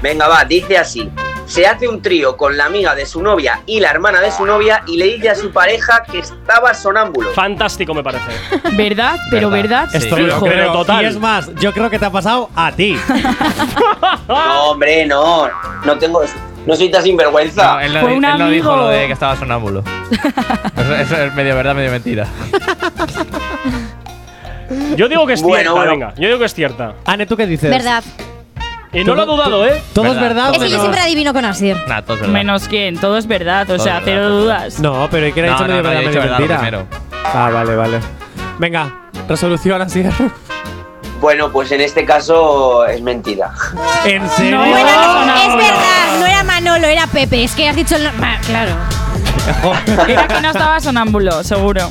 S12: Venga, va, dice así. Se hace un trío con la amiga de su novia y la hermana de su novia y le dice a su pareja que estaba sonámbulo.
S2: Fantástico me parece.
S4: ¿Verdad? Pero
S5: Verdad.
S4: verdad.
S5: Sí. Esto
S4: Fijo.
S2: lo creo. Pero total.
S3: Y es más, yo creo que te ha pasado a ti.
S12: No, hombre, no. No tengo. No soy tan sinvergüenza.
S5: No, él, no,
S4: Fue
S5: di-
S4: un
S5: él no dijo
S4: amigo.
S5: lo de que estaba sonámbulo. eso, eso es medio verdad, medio mentira.
S2: Yo digo que es
S3: Bueno,
S2: cierta,
S3: bueno.
S2: venga. Yo digo que es cierta.
S3: Ane, ¿tú qué dices?
S6: Verdad.
S2: Y no lo ha dudado, ¿eh?
S3: Todo es verdad,
S6: Es que yo siempre adivino con Asier.
S4: Menos quién, todo es verdad, o
S3: Todo
S4: sea,
S3: es
S4: cero dudas.
S3: No, pero hay que
S5: No,
S3: dicho
S5: no,
S3: medio
S5: no,
S3: verdad,
S5: yo he
S3: medio
S5: dicho verdad
S3: mentira.
S5: primero.
S3: Ah, vale, vale. Venga, resolución así.
S13: Bueno, pues en este caso es mentira.
S3: ¿En serio?
S6: Bueno, no, es verdad, no era Manolo, era Pepe. Es que has dicho el. no- Ma- claro.
S4: Era que no estaba sonámbulo, seguro.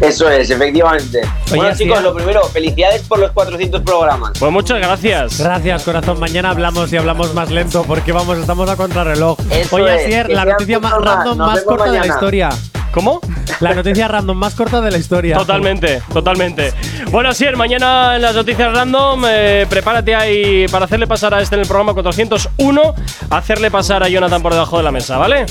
S13: Eso es, efectivamente. bueno,
S3: Asier.
S13: chicos, lo primero, felicidades por los 400 programas.
S2: Pues muchas gracias.
S3: Gracias, corazón. Mañana hablamos y hablamos más lento porque vamos, estamos a contrarreloj.
S13: Eso
S3: Oye,
S13: es,
S3: Asier,
S13: que
S3: la
S13: sean
S3: noticia más
S13: muchos más.
S3: random
S13: Nos
S3: más
S13: vemos
S3: corta de la
S13: mañana.
S3: historia.
S2: ¿Cómo?
S3: La noticia random más corta de la historia.
S2: Totalmente, totalmente. Bueno, Asier, mañana en las noticias random, eh, prepárate ahí para hacerle pasar a este en el programa 401, hacerle pasar a Jonathan por debajo de la mesa, ¿vale?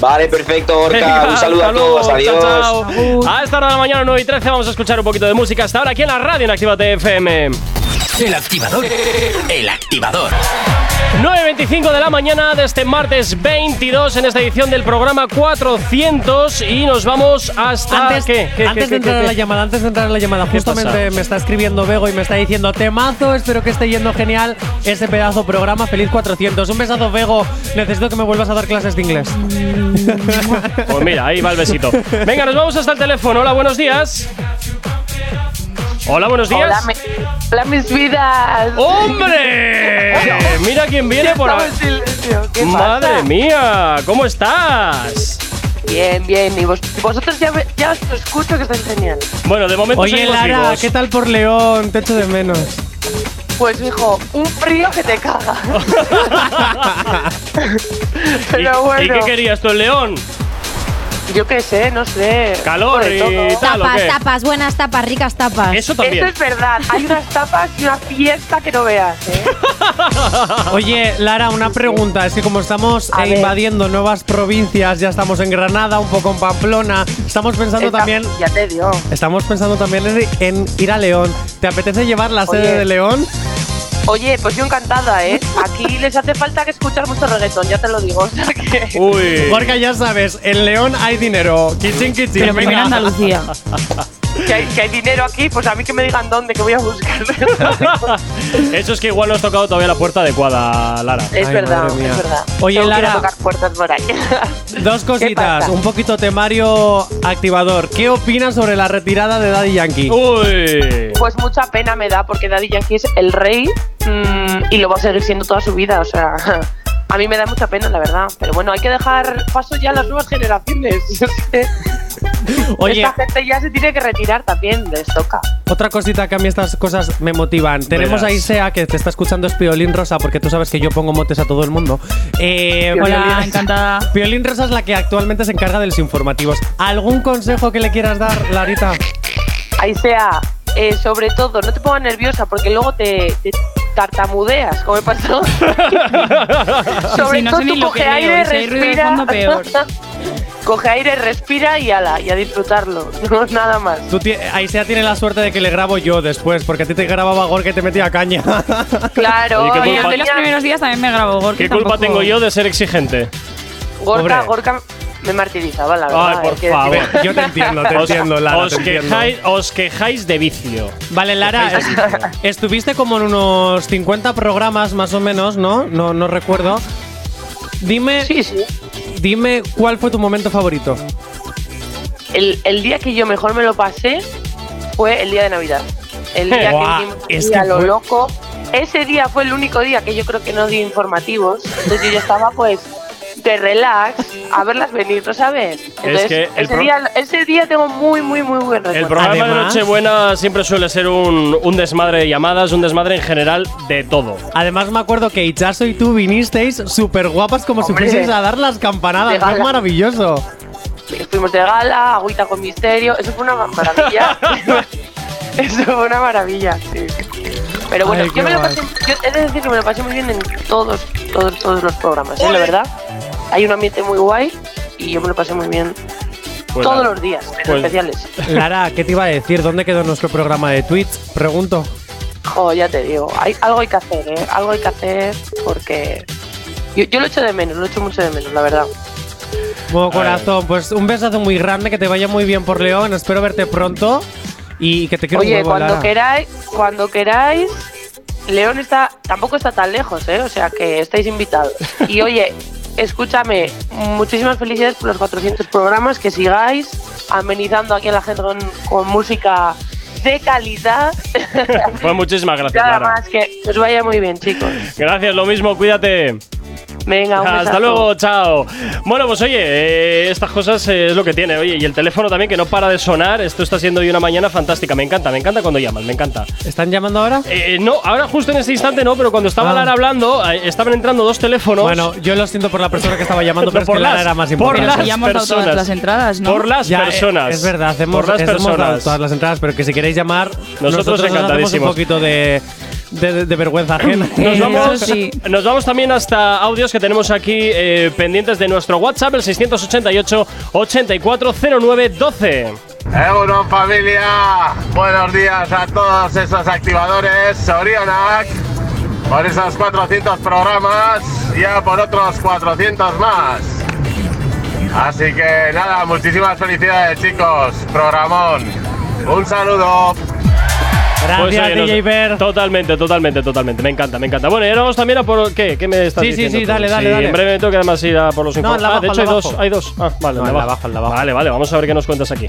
S13: Vale, perfecto, Orca.
S2: Venga,
S13: Un saludo
S2: hasta
S13: a todos,
S2: luego,
S13: adiós.
S2: chao, chao. A esta hora de la mañana, 9 y 13, vamos a escuchar un poquito de música. Hasta ahora aquí en la radio en Actívate FM.
S14: El activador. El activador.
S2: 9.25 de la mañana de este martes 22 en esta edición del programa 400 y nos vamos hasta...
S3: Antes,
S2: ¿qué? ¿Qué, qué,
S3: antes
S2: qué,
S3: de entrar
S2: qué,
S3: a la
S2: qué?
S3: llamada, antes de entrar a la llamada, justamente
S2: pasa?
S3: me está escribiendo Bego y me está diciendo temazo, espero que esté yendo genial ese pedazo programa, feliz 400. Un besazo, Bego, necesito que me vuelvas a dar clases de inglés.
S2: Pues mira, ahí va el besito. Venga, nos vamos hasta el teléfono. Hola, buenos días. Hola, buenos días.
S7: Hola, mi- hola, mis vidas.
S2: ¡Hombre! Mira quién viene por
S7: Estaba
S2: ahí.
S7: en silencio, ¿qué
S2: Madre
S7: pasa?
S2: mía, ¿cómo estás?
S7: Bien, bien. Y vos- y vosotros ya, ve- ya os escucho que estáis genial.
S2: Bueno, de momento
S3: Oye,
S2: seguimos
S3: Lara,
S2: vivos.
S3: ¿qué tal por León? Te echo de menos.
S7: Pues, hijo, un frío que te caga. Pero
S2: Oh, ¿Y
S7: bueno,
S2: qué querías tú, el león?
S7: yo qué sé, no sé.
S2: Calor
S7: Joder,
S2: y
S7: todo.
S2: tal, ¿o
S6: Tapas,
S2: qué?
S6: tapas, buenas tapas, ricas
S3: Ah,
S6: tapas.
S2: Eso
S7: Eso es verdad. Hay unas tapas y una fiesta que no veas, ¿eh?
S3: Oye, Lara, una pregunta. Es que como estamos eh, invadiendo nuevas provincias, ya estamos en Granada, un poco en Pamplona, estamos pensando
S7: Esta-
S3: también.
S7: Ya te digo.
S3: Estamos pensando también en, en ir a León. ¿Te apetece llevar la
S7: Oye.
S3: sede de León?
S7: Oye, pues yo encantada, ¿eh? Aquí les hace falta que escuchar mucho reggaetón, ya te lo digo. O sea que...
S2: Uy.
S3: Porque ya sabes, en León hay dinero. Kitchen, kitchen.
S7: Pero primero
S3: venga.
S7: Andalucía. que, hay, que hay dinero aquí, pues a mí que me digan dónde, que voy a buscar.
S2: Eso es que igual no has tocado todavía la puerta adecuada, Lara.
S7: es verdad, es verdad.
S3: Oye,
S7: Tengo que ir a
S3: Lara.
S7: tocar puertas por ahí.
S3: Dos cositas, un poquito temario activador. ¿Qué opinas sobre la retirada de Daddy Yankee?
S2: Uh, Uy.
S7: pues mucha pena me da porque Daddy Yankee es el rey mm, y lo va a seguir siendo toda su vida, o sea. A mí me da mucha pena, la verdad. Pero bueno, hay que dejar paso ya a las nuevas generaciones.
S3: Oye.
S7: Esta gente ya se tiene que retirar también, les toca.
S3: Otra cosita que a mí estas cosas me motivan. Tenemos
S2: Verás.
S3: a Isea que te está escuchando es Piolín Rosa porque tú sabes que yo pongo motes a todo el mundo. Eh,
S4: Hola,
S3: Piolín-
S4: encantada.
S3: Piolín Rosa es la que actualmente se encarga de los informativos. ¿Algún consejo que le quieras dar, Larita?
S7: Ahí sea, eh, sobre todo, no te pongas nerviosa porque luego te, te tartamudeas, como me pasó. sobre
S4: Sí, no
S7: todo
S4: sé ni
S7: tú
S4: lo
S7: coge
S4: que leo,
S7: aire,
S4: y si hay ruido de
S7: respira.
S4: fondo, peor.
S7: coge aire, respira y ala, y a disfrutarlo. No nada más.
S3: Tú ti- Aisea tiene la suerte de que le grabo yo después porque a ti te grababa Gor que te metía caña.
S7: Claro,
S2: Oye, qué
S7: y
S2: culpa-
S7: Antonio-
S4: Los primeros días también me grabo, Gorka.
S2: ¿Qué culpa
S4: tampoco-
S2: tengo yo de ser exigente?
S7: Gorka,
S2: Pobre.
S7: Gorka me martirizaba, la verdad.
S2: Ay, por
S7: hay que
S2: favor.
S7: decirlo.
S3: Yo te entiendo, te entiendo, Lara,
S2: os,
S3: te entiendo.
S2: quejáis, os quejáis de vicio.
S3: Vale, Lara, es- estuviste como en unos 50 programas más o menos, ¿no? No, no recuerdo. Dime, dime cuál fue tu momento favorito.
S7: El, el día que yo mejor me lo pasé fue el día de Navidad. El día
S3: Buah,
S7: que dimos
S3: es
S7: así a
S3: que
S7: lo
S3: fue-
S7: loco. Ese día fue el único día que yo creo que no di informativos. Entonces yo ya estaba pues de relax a verlas venir, ¿no sabes? Entonces,
S2: que el
S7: ese,
S2: pro-
S7: día, ese día tengo muy, muy, muy buen recuerdo.
S2: El programa de Nochebuena siempre suele ser un, un desmadre de llamadas, un desmadre en general de todo.
S3: Además, me acuerdo que Ichazo y tú vinisteis súper guapas como
S7: Hombre.
S3: si fueseis a dar las campanadas.
S7: De
S3: Fue
S7: gala.
S3: maravilloso.
S7: Fuimos de gala, agüita con misterio. Eso fue una maravilla. Eso fue una maravilla, sí. Pero bueno,
S3: Ay, qué
S7: yo me lo
S3: guay.
S7: pasé, yo he de decir que me lo pasé muy bien en todos, todos, todos los programas, ¿eh? la verdad. Hay un ambiente muy guay y yo me lo pasé muy bien
S3: Pues
S7: todos
S3: nada.
S7: los días, pero
S3: Pues-
S7: especiales.
S3: Lara, ¿qué te iba a decir? ¿Dónde quedó nuestro programa de Twitch? Pregunto.
S7: Jo, Oh, ya te digo, hay, algo hay que hacer, ¿eh? Algo hay que hacer porque yo, yo lo echo de menos, lo echo mucho de menos, la verdad.
S3: Bueno, corazón, pues un besazo muy grande, que te vaya muy bien por León. Espero verte pronto. y que te quiero un
S15: Oye,
S3: huevo,
S15: cuando
S3: Lara.
S15: queráis, cuando queráis, León está, tampoco está tan lejos, ¿eh? O sea que estáis invitados. Y oye, escúchame, muchísimas felicidades por los 400 programas, que sigáis amenizando aquí a la gente con, con música de calidad.
S2: Pues muchísimas gracias,
S15: Nada
S2: Lara.
S15: más, que os vaya muy bien, chicos.
S2: Gracias, lo mismo, cuídate.
S15: Venga, un
S2: Hasta
S15: besazo.
S2: luego, chao. Bueno, pues oye, eh, estas cosas eh, es lo que tiene. Oye, y el teléfono también que no para de sonar. Esto está siendo hoy una mañana fantástica. Me encanta, me encanta cuando llaman, me encanta.
S3: ¿Están llamando ahora?
S2: Eh, no, ahora justo en este instante no, pero cuando estaba
S3: Ah.
S2: Lara hablando, eh, estaban entrando dos teléfonos.
S3: Bueno, yo lo siento por la persona que estaba llamando, pero es
S2: Por
S3: que Lara
S2: las-
S3: era más
S2: por
S3: importante.
S2: las
S4: Ya hemos dado todas
S2: personas.
S4: las entradas, ¿no?
S2: Por las
S3: Ya, eh,
S2: personas.
S3: Es verdad, hemos,
S2: Por las
S3: hemos dado
S2: personas.
S3: todas las entradas, pero que si queréis llamar,
S2: Nosotros
S3: nos hacemos
S2: encantadísimos.
S3: un poquito de, de- de vergüenza ajena.
S2: Nos vamos, nos vamos también hasta audios que tenemos aquí eh, pendientes de nuestro WhatsApp, el 688-8409-12.
S5: Euro familia, buenos días a todos esos activadores, Sorionac, por esos 400 programas, ya por otros 400 más. Así que nada, muchísimas felicidades chicos, programón. Un saludo.
S2: Pues, oye, nos- Totalmente, totalmente, totalmente. Me encanta, me encanta. Bueno, y ahora vamos también a por. ¿Qué? ¿Qué me estás
S3: Sí, sí,
S2: diciendo?
S3: sí,
S2: tú?
S3: dale, dale, dale.
S2: En breve me tengo que además ir a por los
S3: No,
S2: informes.
S3: al de
S2: Ah, de hecho,
S3: abajo, al
S2: hay
S3: de
S2: dos.
S3: abajo.
S2: Hay dos. Ah, vale,
S3: No,
S2: al de
S3: al de
S2: abajo. Vale, vale, vamos a ver qué nos cuentas aquí.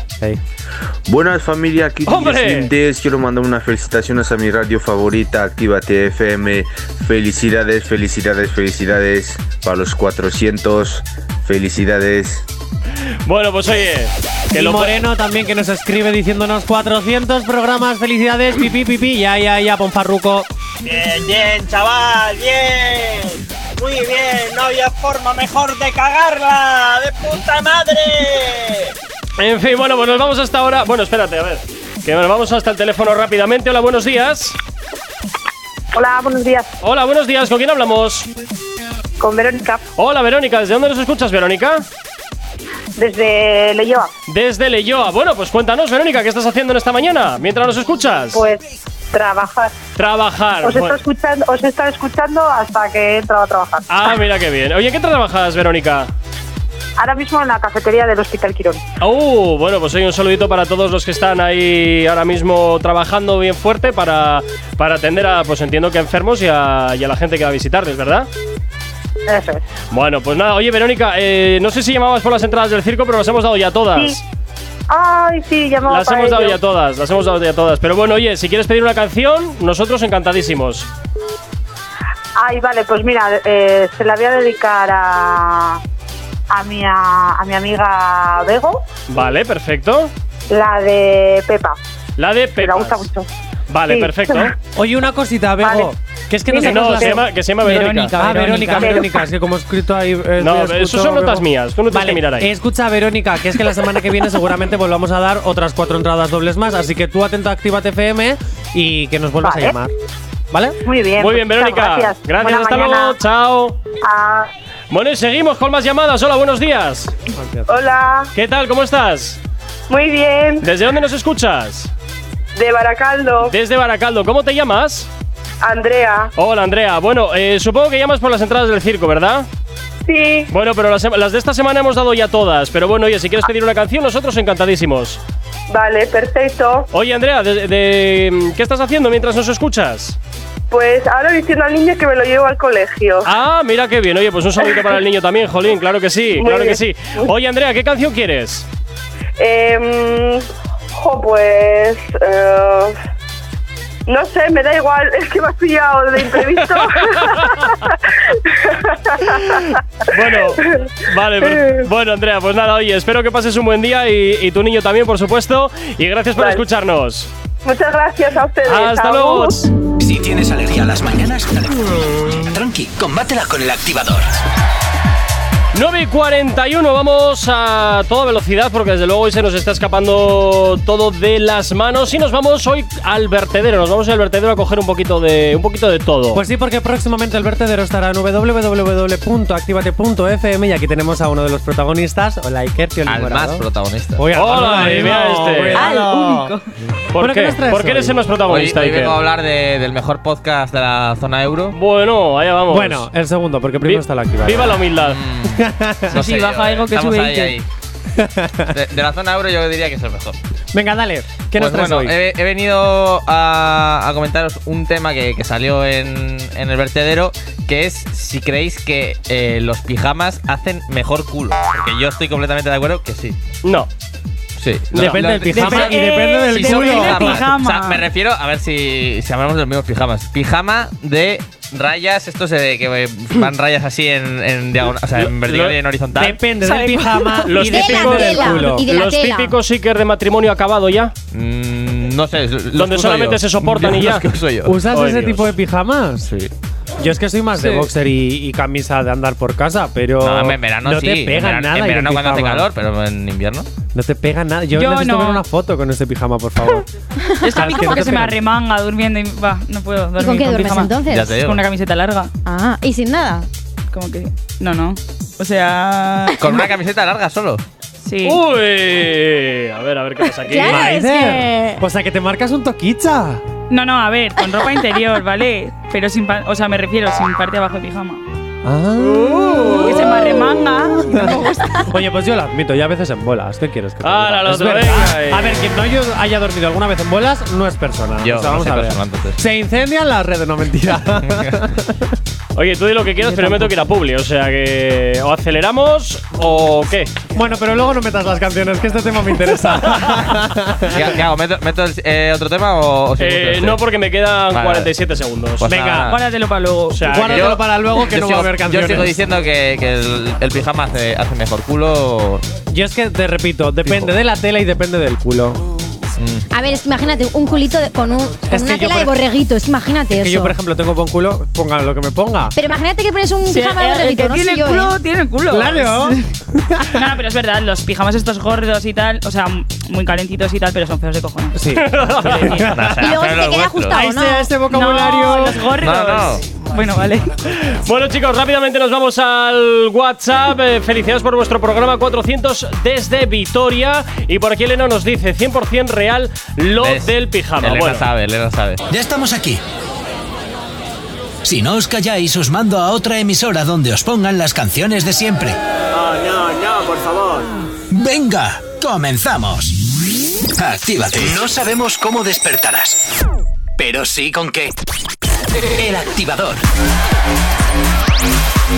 S16: Buenas familia, aquí
S2: ¡Hombre!
S16: presentes. Quiero mandar unas felicitaciones a mi radio favorita, Actívate FM. Felicidades, felicidades, felicidades para los 400. Felicidades.
S2: Bueno, pues oye.
S3: Y
S2: Que lo
S3: Moreno también que nos escribe diciéndonos 400 programas, felicidades, pipi, pipi, ya, ya, ya, Ponfarruco.
S17: Bien, bien, chaval, bien. Muy bien, no había forma mejor de cagarla. De puta madre.
S2: En fin, bueno, pues nos vamos hasta ahora. Bueno, espérate, a ver. Que nos vamos hasta el teléfono rápidamente. Hola, buenos días.
S7: Hola, buenos días.
S2: Hola, buenos días. ¿Con quién hablamos?
S7: Con Verónica.
S2: Hola, Verónica. ¿Desde dónde nos escuchas, Verónica?
S7: Desde Leyoa.
S2: Desde Leyoa. Bueno, pues cuéntanos, Verónica, ¿qué estás haciendo en esta mañana mientras nos escuchas?
S7: Pues trabajar.
S2: Trabajar.
S7: Os he,
S2: Bueno.
S7: estado escuchando, os he estado escuchando hasta que he entrado a trabajar.
S2: Ah, mira qué bien. Oye, ¿en qué trabajas, Verónica?
S7: Ahora mismo en la cafetería del Hospital Quirón.
S2: Uh, bueno, pues hoy un saludito para todos los que están ahí ahora mismo trabajando bien fuerte para, para atender a, pues entiendo que a enfermos y a, y a la gente que va a visitarles, ¿verdad?
S7: Eso es.
S2: Bueno, pues nada, oye Verónica, eh, no sé si llamabas por las entradas del circo, pero las hemos dado ya todas.
S7: Sí. Ay, sí, llamaba
S2: Las
S7: para
S2: hemos dado
S7: ello.
S2: ya todas, las hemos dado ya todas. Pero bueno, oye, si quieres pedir una canción, nosotros encantadísimos.
S7: Ay, vale, pues mira, eh, se la voy a dedicar a, a, mi, a, a mi amiga Bego,
S2: Vale, perfecto.
S7: la de Pepa.
S2: La de
S7: Me
S2: Pepas.
S7: gusta mucho.
S2: Vale,
S7: Sí.
S2: perfecto.
S3: Oye, una cosita, Bego.
S2: Vale.
S3: Que es que no,
S2: Que
S3: sabemos
S2: no,
S3: la-
S2: se llama- que se llama Verónica.
S3: Ah, Verónica, Verónica. Es que como he escrito ahí. eh,
S2: No,
S3: he
S2: eso
S3: escrito
S2: son notas
S3: Bego.
S2: mías, tú no tienes
S3: Vale,
S2: que mirar ahí.
S3: Escucha, Verónica, que es que la semana que viene seguramente volvamos a dar otras cuatro entradas dobles más. Así que tú atento a Actívate FM y que nos vuelvas
S2: Vale.
S3: a llamar. ¿Vale?
S7: Muy bien.
S2: Muy bien, Verónica. Gracias, hasta luego. Chao.
S7: Ah,
S2: Bueno, y seguimos con más llamadas. Hola, buenos días.
S7: Hola.
S2: ¿Qué tal? ¿Cómo estás?
S7: Muy bien.
S2: ¿Desde dónde nos escuchas?
S7: De Baracaldo.
S2: Desde Baracaldo. ¿Cómo te llamas?
S7: Andrea.
S2: Hola, Andrea. Bueno, eh, supongo que llamas por las entradas del circo, ¿verdad?
S7: Sí.
S2: Bueno, pero las, las de esta semana hemos dado ya todas. Pero bueno, oye, si quieres pedir una canción, nosotros encantadísimos.
S7: Vale, perfecto.
S2: Oye, Andrea, de- de- ¿qué estás haciendo mientras nos escuchas?
S7: Pues ahora diciendo al niño que me lo llevo al colegio.
S2: Ah, mira qué bien. Oye, pues un saludito para el niño también, Jolín. Claro que sí,
S7: Muy
S2: claro que
S7: bien.
S2: sí. Oye, Andrea, ¿qué canción quieres?
S7: Em, jo, pues. eh, no sé, me da igual, es que me has pillado de imprevisto.
S2: Bueno, vale, per- bueno, Andrea, pues nada, oye, espero que pases un buen día y, y tu niño también, por supuesto. Y gracias por escucharnos.
S7: Muchas gracias a ustedes.
S2: Hasta luego.
S1: Si tienes alergia a las mañanas, dale. tranqui, combátela con el activador.
S2: 9 y 41, vamos a toda velocidad porque desde luego hoy se nos está escapando todo de las manos y nos vamos hoy al vertedero, nos vamos al vertedero a coger un poquito de un poquito de todo.
S3: Pues sí, porque próximamente el vertedero estará en www.activate.fm y aquí tenemos a uno de los protagonistas, hola Iker, tío
S18: Al más protagonista.
S2: Hola, y mira este. ¿Por
S18: Bueno, ¿qué
S2: qué?
S18: nos traes
S2: ¿Por qué
S18: hoy?
S2: eres el más protagonista,
S18: Hoy, hoy
S2: Iker?
S18: vengo a hablar de- del mejor podcast de la zona euro.
S2: Bueno, allá vamos.
S3: Bueno, el segundo, porque primero está la activada.
S2: Viva la humildad.
S18: No sé yo, eh. Estamos ahí, ahí.
S5: De, de la zona euro yo diría que es el mejor.
S3: Venga, dale. ¿Qué nos
S5: Pues
S3: traes
S5: bueno,
S3: hoy?
S5: He, he venido a, a comentaros un tema que, que salió en, en el vertedero, que es si creéis que eh, los pijamas hacen mejor culo. Porque yo estoy completamente de acuerdo que sí.
S2: No.
S5: Sí.
S3: Depende del pijama y depende del
S5: si son
S3: culo. Depende
S5: pijamas.
S3: del pijama.
S5: O sea, me refiero, a ver si, si hablamos de los mismos pijamas. Pijama de rayas, estos eh, que eh, van rayas así en, en diagonal, o sea, en vertical y en horizontal.
S3: Depende del pijama
S2: los
S3: y de la
S2: típicos
S3: tela, y de la
S2: los
S3: tela.
S2: típicos sneakers de matrimonio acabado ya.
S5: Mm, no sé. los
S2: Donde
S5: que uso
S2: solamente
S5: yo.
S2: se soportan
S5: Yo
S2: y ya.
S5: los que uso yo.
S3: ¿Usas
S2: Oh,
S3: ese
S2: Dios.
S3: tipo de pijamas?
S5: Sí.
S3: Yo es que soy más de
S5: Sí.
S3: boxer y, y camisa de andar por casa, pero.
S5: No, en verano
S3: no
S5: sí.
S3: te pega
S5: en verano,
S3: nada.
S5: en
S3: ir
S5: verano cuando hace
S3: pijama.
S5: calor, pero en invierno.
S3: No te pega nada. Yo,
S4: Yo
S3: necesito
S4: no.
S3: ver una foto con este pijama, por favor.
S4: Es que a mí
S3: Es que no
S4: como que
S3: te
S4: se me
S3: pegan.
S4: arremanga durmiendo y va, no puedo dormir
S6: con qué duermes,
S4: pijama.
S6: entonces? Ya te digo.
S4: Con una camiseta larga.
S6: Ah, y sin nada.
S4: Como que no, no. O sea,
S5: Con una camiseta larga solo.
S4: sí.
S6: Uh.
S2: Uy, a ver, a ver qué pasa aquí.
S4: Claro, es
S3: Maider,
S4: que-
S3: O sea, que te marcas un toquicha.
S4: No, no, a ver, con ropa interior, ¿vale? Pero sin, pa- o sea, me refiero sin parte de abajo de pijama.
S3: Ah.
S4: Que se me arremanga. no me gusta.
S3: Oye, pues yo lo admito, ya a veces en bolas. ¿Qué quieres que te
S2: Ahora
S3: diga?
S2: lo
S3: Es
S2: otro,
S3: verdad.
S2: venga, eh.
S3: A ver, quien no yo- haya dormido alguna vez en bolas no es persona.
S5: Yo,
S3: O sea,
S5: no
S3: vamos
S5: soy
S3: a ver.
S5: persona, entonces.
S3: Se incendian las redes, no mentira.
S2: Oye, tú di lo que quieras, pero yo me tengo que ir a Publi. O sea que. O aceleramos o qué.
S3: bueno, pero luego no metas las canciones, que este tema me interesa.
S5: ¿Qué, qué hago? ¿Meto, meto el- eh, otro tema o, o seguimos con
S2: Eh,
S5: este?
S2: no, porque me quedan
S5: Vale.
S2: 47 segundos.
S5: Pues nada.
S4: Guárdatelo para luego.
S2: O sea,
S3: Guárdatelo
S2: yo-
S3: para luego que
S5: Yo
S3: no va
S5: sigo-
S3: a haber canciones.
S5: Yo sigo diciendo que, que el, el pijama hace, hace mejor culo.
S3: Yo es que te repito, depende
S5: Fijo.
S3: de la tela y depende del culo.
S6: A ver, es que imagínate, un culito de- con, un, con
S3: Es que
S6: una
S3: yo,
S6: tela
S3: por
S6: de
S3: ej-
S6: borreguito. es que imagínate
S3: Que
S6: eso.
S3: yo, por ejemplo, tengo buen culo, ponga lo que me ponga.
S6: Pero imagínate que pones un
S4: Sí,
S6: pijama de
S4: el- el
S6: borreguito.
S4: que
S6: no
S4: tiene
S6: sé yo,
S4: culo,
S6: ¿eh?
S4: tiene culo.
S3: Claro.
S4: no, pero es verdad, los pijamas estos gordos y tal, o sea, m- muy calentitos y tal, pero son feos de cojones.
S3: Sí.
S6: Y luego se te queda ajustado,
S3: Ahí
S6: ¿no?
S3: se- ese
S4: No,
S3: vocabulario.
S4: los gordos.
S5: No,
S4: Bueno, vale.
S2: Bueno, chicos, rápidamente nos vamos al WhatsApp. Eh, felicidades por vuestro programa 400 desde Vitoria. Y por aquí Elena nos dice 100% real lo
S5: ¿Ves?
S2: del pijama.
S5: Elena
S2: Bueno,
S5: sabe, Elena sabe.
S1: Ya estamos aquí. Si no os calláis, os mando a otra emisora donde os pongan las canciones de siempre.
S19: No, no, no, por favor.
S1: Venga, comenzamos. Actívate. No sabemos cómo despertarás, pero sí con qué. El activador.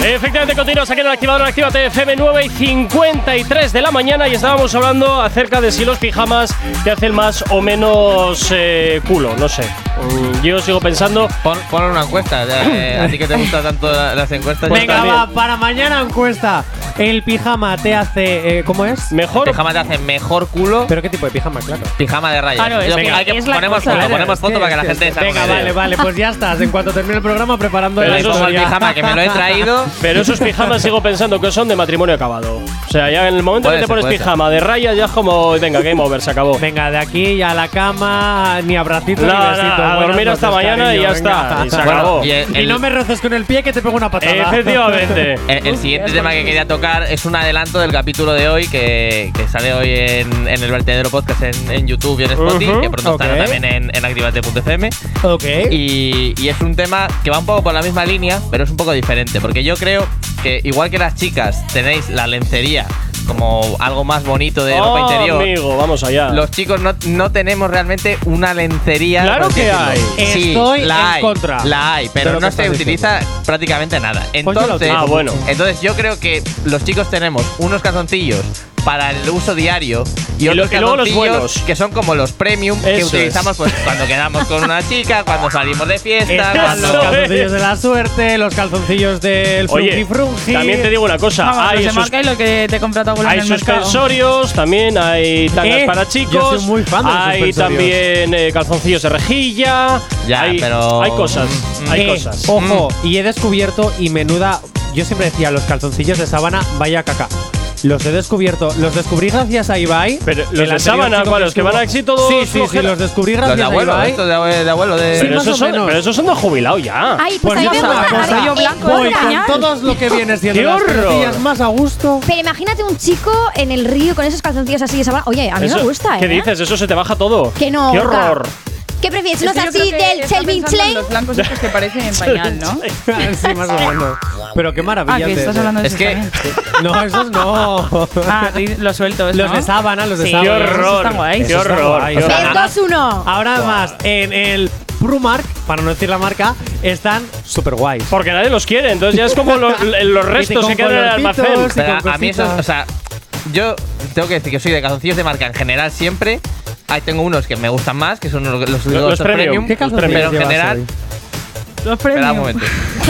S2: Efectivamente, continuamos aquí en el activador en Actívate FM 9 y 53 de la mañana y estábamos hablando acerca de si los pijamas te hacen más o menos eh, culo, no sé. Mm, Yo sigo pensando.
S5: Pon, pon una encuesta. ya, eh, a ti que te gustan tanto la- las encuestas. yo
S3: Venga,
S5: también.
S3: va, para mañana encuesta. El pijama te hace. eh, ¿Cómo es?
S2: Mejor.
S5: Pijama te hace mejor culo.
S3: ¿Pero qué tipo de pijama, claro?
S5: Pijama de rayas.
S4: Claro, es
S5: Yo-
S4: que
S5: hay que-
S4: es la
S5: ponemos
S4: cosa.
S5: foto,
S4: Claro,
S5: ponemos foto para que la gente se haga
S3: Venga,
S5: una
S3: vale,
S5: idea.
S3: vale, pues ya estás. En cuanto termine el programa, preparando
S2: Pero
S3: la
S5: Ahí
S2: eso
S5: pongo el
S3: historia.
S5: pijama, que me lo he traído.
S2: Pero esos pijamas sigo pensando que son de matrimonio acabado. O sea, ya en el momento
S5: Puede
S2: que te
S5: ser,
S2: pones
S5: puede ser.
S2: pijama de raya, ya es como, venga, game over, se acabó.
S3: Venga, de aquí a la cama, ni abracitos
S2: No,
S3: ni
S2: no,
S3: besitos.
S2: a
S3: Buenas
S2: dormir hasta
S3: noches,
S2: mañana y ya está, y se
S5: Bueno,
S2: acabó.
S5: y el-
S3: Y no me roces con el pie que te pego una patada.
S2: Eh, Efectivamente.
S5: El, el siguiente tema que quería tocar es un adelanto del capítulo de hoy que, que sale hoy en, en el vertedero podcast en, en YouTube y en Spotify,
S2: Ujú,
S5: que pronto
S3: ok.
S5: estará también en, en activate.fm.
S3: ok.
S5: Y, y es un tema que va un poco por la misma línea, pero es un poco diferente, porque yo creo que igual que las chicas tenéis la lencería como algo más bonito de ropa
S2: Oh,
S5: interior.
S2: amigo, vamos allá.
S5: Los chicos no, no tenemos realmente una lencería.
S2: Claro
S5: por
S2: que
S5: decirlo.
S2: hay.
S5: Sí,
S3: Estoy
S5: la
S3: en
S5: hay,
S3: contra
S5: La hay,
S3: de
S5: pero
S3: lo
S5: no
S3: que
S5: se
S3: estás
S5: utiliza prácticamente nada.
S3: yo lo
S5: Entonces,
S2: tengo. Ah, bueno.
S5: entonces yo creo que los chicos tenemos unos calzoncillos para el uso diario y,
S2: Y lo-
S5: otros
S2: y luego los
S5: calzoncillos
S2: buenos.
S5: que son como los premium que
S2: Eso es.
S5: utilizamos pues, cuando quedamos con una chica, cuando salimos de fiesta,
S3: Están los
S5: cuando
S2: Eso es.
S3: calzoncillos de la suerte, los calzoncillos del
S2: Oye,
S3: frunji frunji.
S2: también te digo una cosa,
S4: Vamos,
S2: hay,
S4: los de
S2: sus-
S4: marca y lo que te compra tu abuela
S2: hay
S4: en el mercado.
S2: suspensorios, también hay tangas
S3: Eh,
S2: para chicos,
S3: yo soy muy fan de los
S2: hay
S3: suspensorios.
S2: también eh, calzoncillos de rejilla,
S5: Ya,
S2: hay,
S5: pero- Mm,
S2: hay cosas, hay
S3: Eh,
S2: cosas. Mm.
S3: Ojo, y he descubierto y menuda. Yo siempre decía, los calzoncillos de sábana, vaya caca. Los he descubierto, los descubrí gracias a Ibai.
S2: Pero,
S3: el
S2: ¿los de
S3: anterior
S2: sábana,
S3: chico
S2: cuáles? ¿Que van
S3: estuvo-
S2: así todos
S3: Sí, sí, sí,
S2: flojera?
S3: los descubrí
S5: los
S3: gracias
S5: de abuelo,
S3: a Ibai. Pues
S5: esto de abue- de abuelo de
S3: Sí,
S2: pero,
S3: más
S2: esos
S3: o
S2: son,
S3: menos.
S2: pero esos son de jubilado ya.
S6: Ay, pues,
S3: Pues
S6: ahí
S3: ya
S6: vengo,
S5: sabes,
S6: ahora,
S5: calzoncillo
S6: eh,
S4: blanco,
S6: voy
S3: Voy
S6: a
S3: con
S6: engañar.
S3: todos lo que viene siendo
S2: ¡Qué
S3: las
S2: horror!
S3: tortillas más a gusto.
S6: Pero imagínate un chico en el río con esos calzoncillos así de sábana. Oye, a mí
S2: Eso-
S6: me gusta, ¿eh?
S2: ¿Qué dices? Eso se te baja todo.
S6: Que no,
S2: ¡Qué
S6: Oka.
S2: horror!
S6: ¿Qué prefieres? ¿Unos
S4: Es que yo
S6: así
S4: creo que
S6: del
S4: está
S6: Calvin
S4: pensando en
S6: Klein?
S4: Los blancos estos que parecen en pañal, ¿no?
S3: sí, más o menos. Pero qué maravilla.
S4: Ah, que estás hablando de Es esos que-
S3: No, esos no.
S4: Ah, los sueltos.
S3: Los
S4: ¿no?
S3: de sábana, los de
S4: Sí,
S3: sábana.
S4: Qué esos horror, están guays. qué
S3: Esos están
S2: horror,
S3: guays.
S2: qué
S3: O sea,
S2: horror.
S3: nada-
S6: 2-1.
S3: Ahora más, en el Prumark, para no decir la marca, están súper guays.
S2: Porque nadie los quiere, entonces ya es como lo- los restos que quedan en el almacén.
S5: Pero a mí eso, o sea, yo tengo que decir que soy de calzoncillos de marca en general siempre. Ahí tengo unos que me gustan más, que son los,
S2: Los
S5: los, los
S2: premium.
S5: premium,
S2: ¿Qué calzoncillos
S5: pero en
S2: llevas
S5: general.
S4: Los
S5: Espera un momento.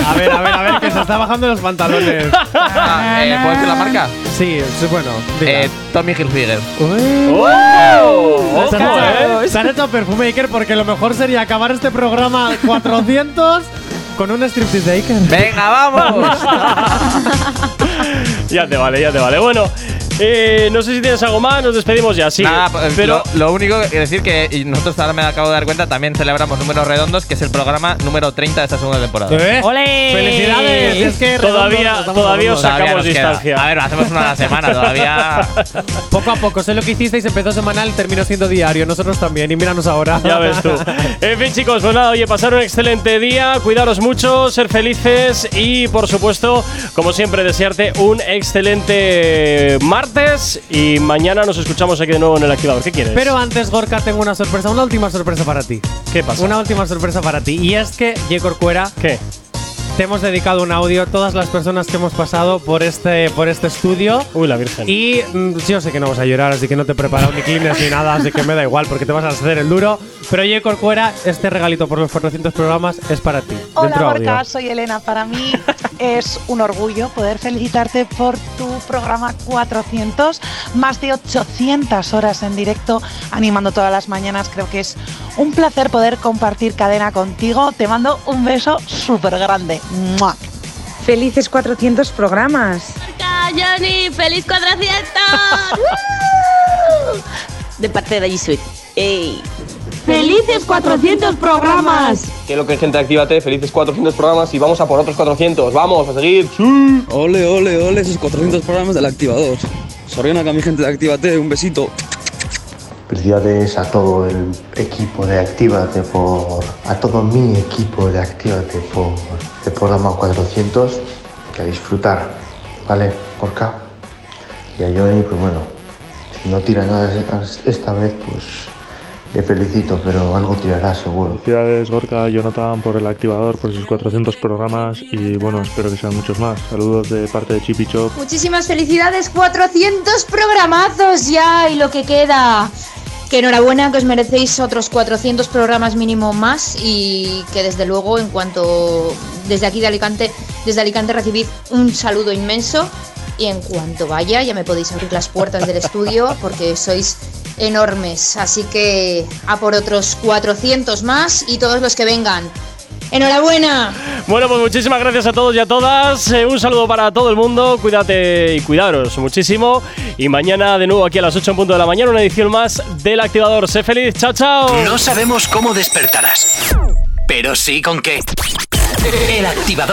S3: A ver, a ver, a ver, que se está bajando los pantalones.
S5: Ah, eh, ¿Puedo decir la marca?
S3: Sí, sí, bueno.
S5: Eh, Tommy Hilfiger.
S2: ¡Oh!
S3: Se han
S2: ¿eh?
S3: hecho- Se han hecho perfume Iker porque lo mejor sería acabar este programa 400 con un striptease de Iker.
S5: ¡Venga, vamos!
S2: Ya te vale, ya te vale. Bueno, eh, no sé si tienes algo más, nos despedimos ya, sí.
S5: Nada, pues,
S2: pero
S5: lo, lo único que decir que y nosotros ahora me acabo de dar cuenta, también celebramos números redondos, que es el programa número 30 de esta segunda temporada.
S3: ¿Eh?
S4: ¡Ole!
S3: ¡Felicidades! Es que
S2: Todavía-
S3: redondos,
S2: todavía os
S3: redondos.
S2: sacamos
S5: nos queda.
S2: distancia.
S5: A ver, hacemos una a la semana todavía.
S3: Poco a poco, sé lo que hicisteis, empezó semanal, terminó siendo diario. Nosotros también, y míranos ahora.
S2: Ya ves tú. En fin, chicos, pues nada, oye, pasar un excelente día, cuidaros mucho, ser felices y, por supuesto, como siempre, desearte un excelente martes y mañana nos escuchamos aquí de nuevo en el activador. ¿Qué quieres?
S3: Pero antes, Gorka, tengo una sorpresa, una última sorpresa para ti.
S2: ¿Qué pasa?
S3: Una última sorpresa para ti. Y es que, J. Cuera,
S2: ¿Qué?
S3: te hemos dedicado un audio, todas las personas que hemos pasado por este, por este estudio.
S2: Uy, la Virgen.
S3: Y mm, yo sé que no vas a llorar, así que no te he preparado ni clines ni nada, así que me da igual porque te vas a hacer el duro. Pero J. Corcuera, este regalito por los 400 programas es para ti.
S20: Hola,
S3: dentro audio.
S20: Gorka, soy Elena. Para mí es un orgullo poder felicitarte por tu programa 400, más de 800 horas en directo, animando todas las mañanas. Creo que es un placer poder compartir cadena contigo. Te mando un beso súper grande. Felices 400 programas.
S21: Johnny! ¡Feliz 400!
S22: De parte de allí soy. ¡Ey!
S21: ¡Felices 400 programas!
S23: Que lo que es gente actívate, felices 400 programas y vamos a por otros 400. Vamos a seguir.
S24: Ole, ole, ole, esos 400 programas del activador. Soriana, que a mi gente de Actívate, un besito.
S25: Felicidades a todo el equipo de Actívate por. a todo mi equipo de Actívate por el programa 400. Que a disfrutar, ¿vale? Porca. Y a Johnny, pues bueno, si no tira nada esta vez, pues le felicito, pero algo tirará seguro.
S26: Felicidades, Gorka, Jonathan, por el activador, por sus 400 programas y bueno, espero que sean muchos Pues más. Saludos de parte de Chip y Chop.
S21: Muchísimas felicidades, 400 programazos ya y lo que queda. Que enhorabuena, que os merecéis otros 400 programas mínimo más y que desde luego en cuanto desde aquí de Alicante, desde Alicante recibid un saludo inmenso y en cuanto vaya ya me podéis abrir las puertas del estudio porque sois enormes, así que a por otros 400 más y todos los que vengan. Enhorabuena.
S2: Bueno, pues muchísimas gracias a todos y a todas. Eh, un saludo para todo el mundo. Cuídate y cuidaros muchísimo. Y mañana de nuevo aquí a las 8 en punto de la mañana, una edición más del Activador. Sé feliz. Chao, chao.
S1: No sabemos cómo despertarás, pero sí con qué. El activador.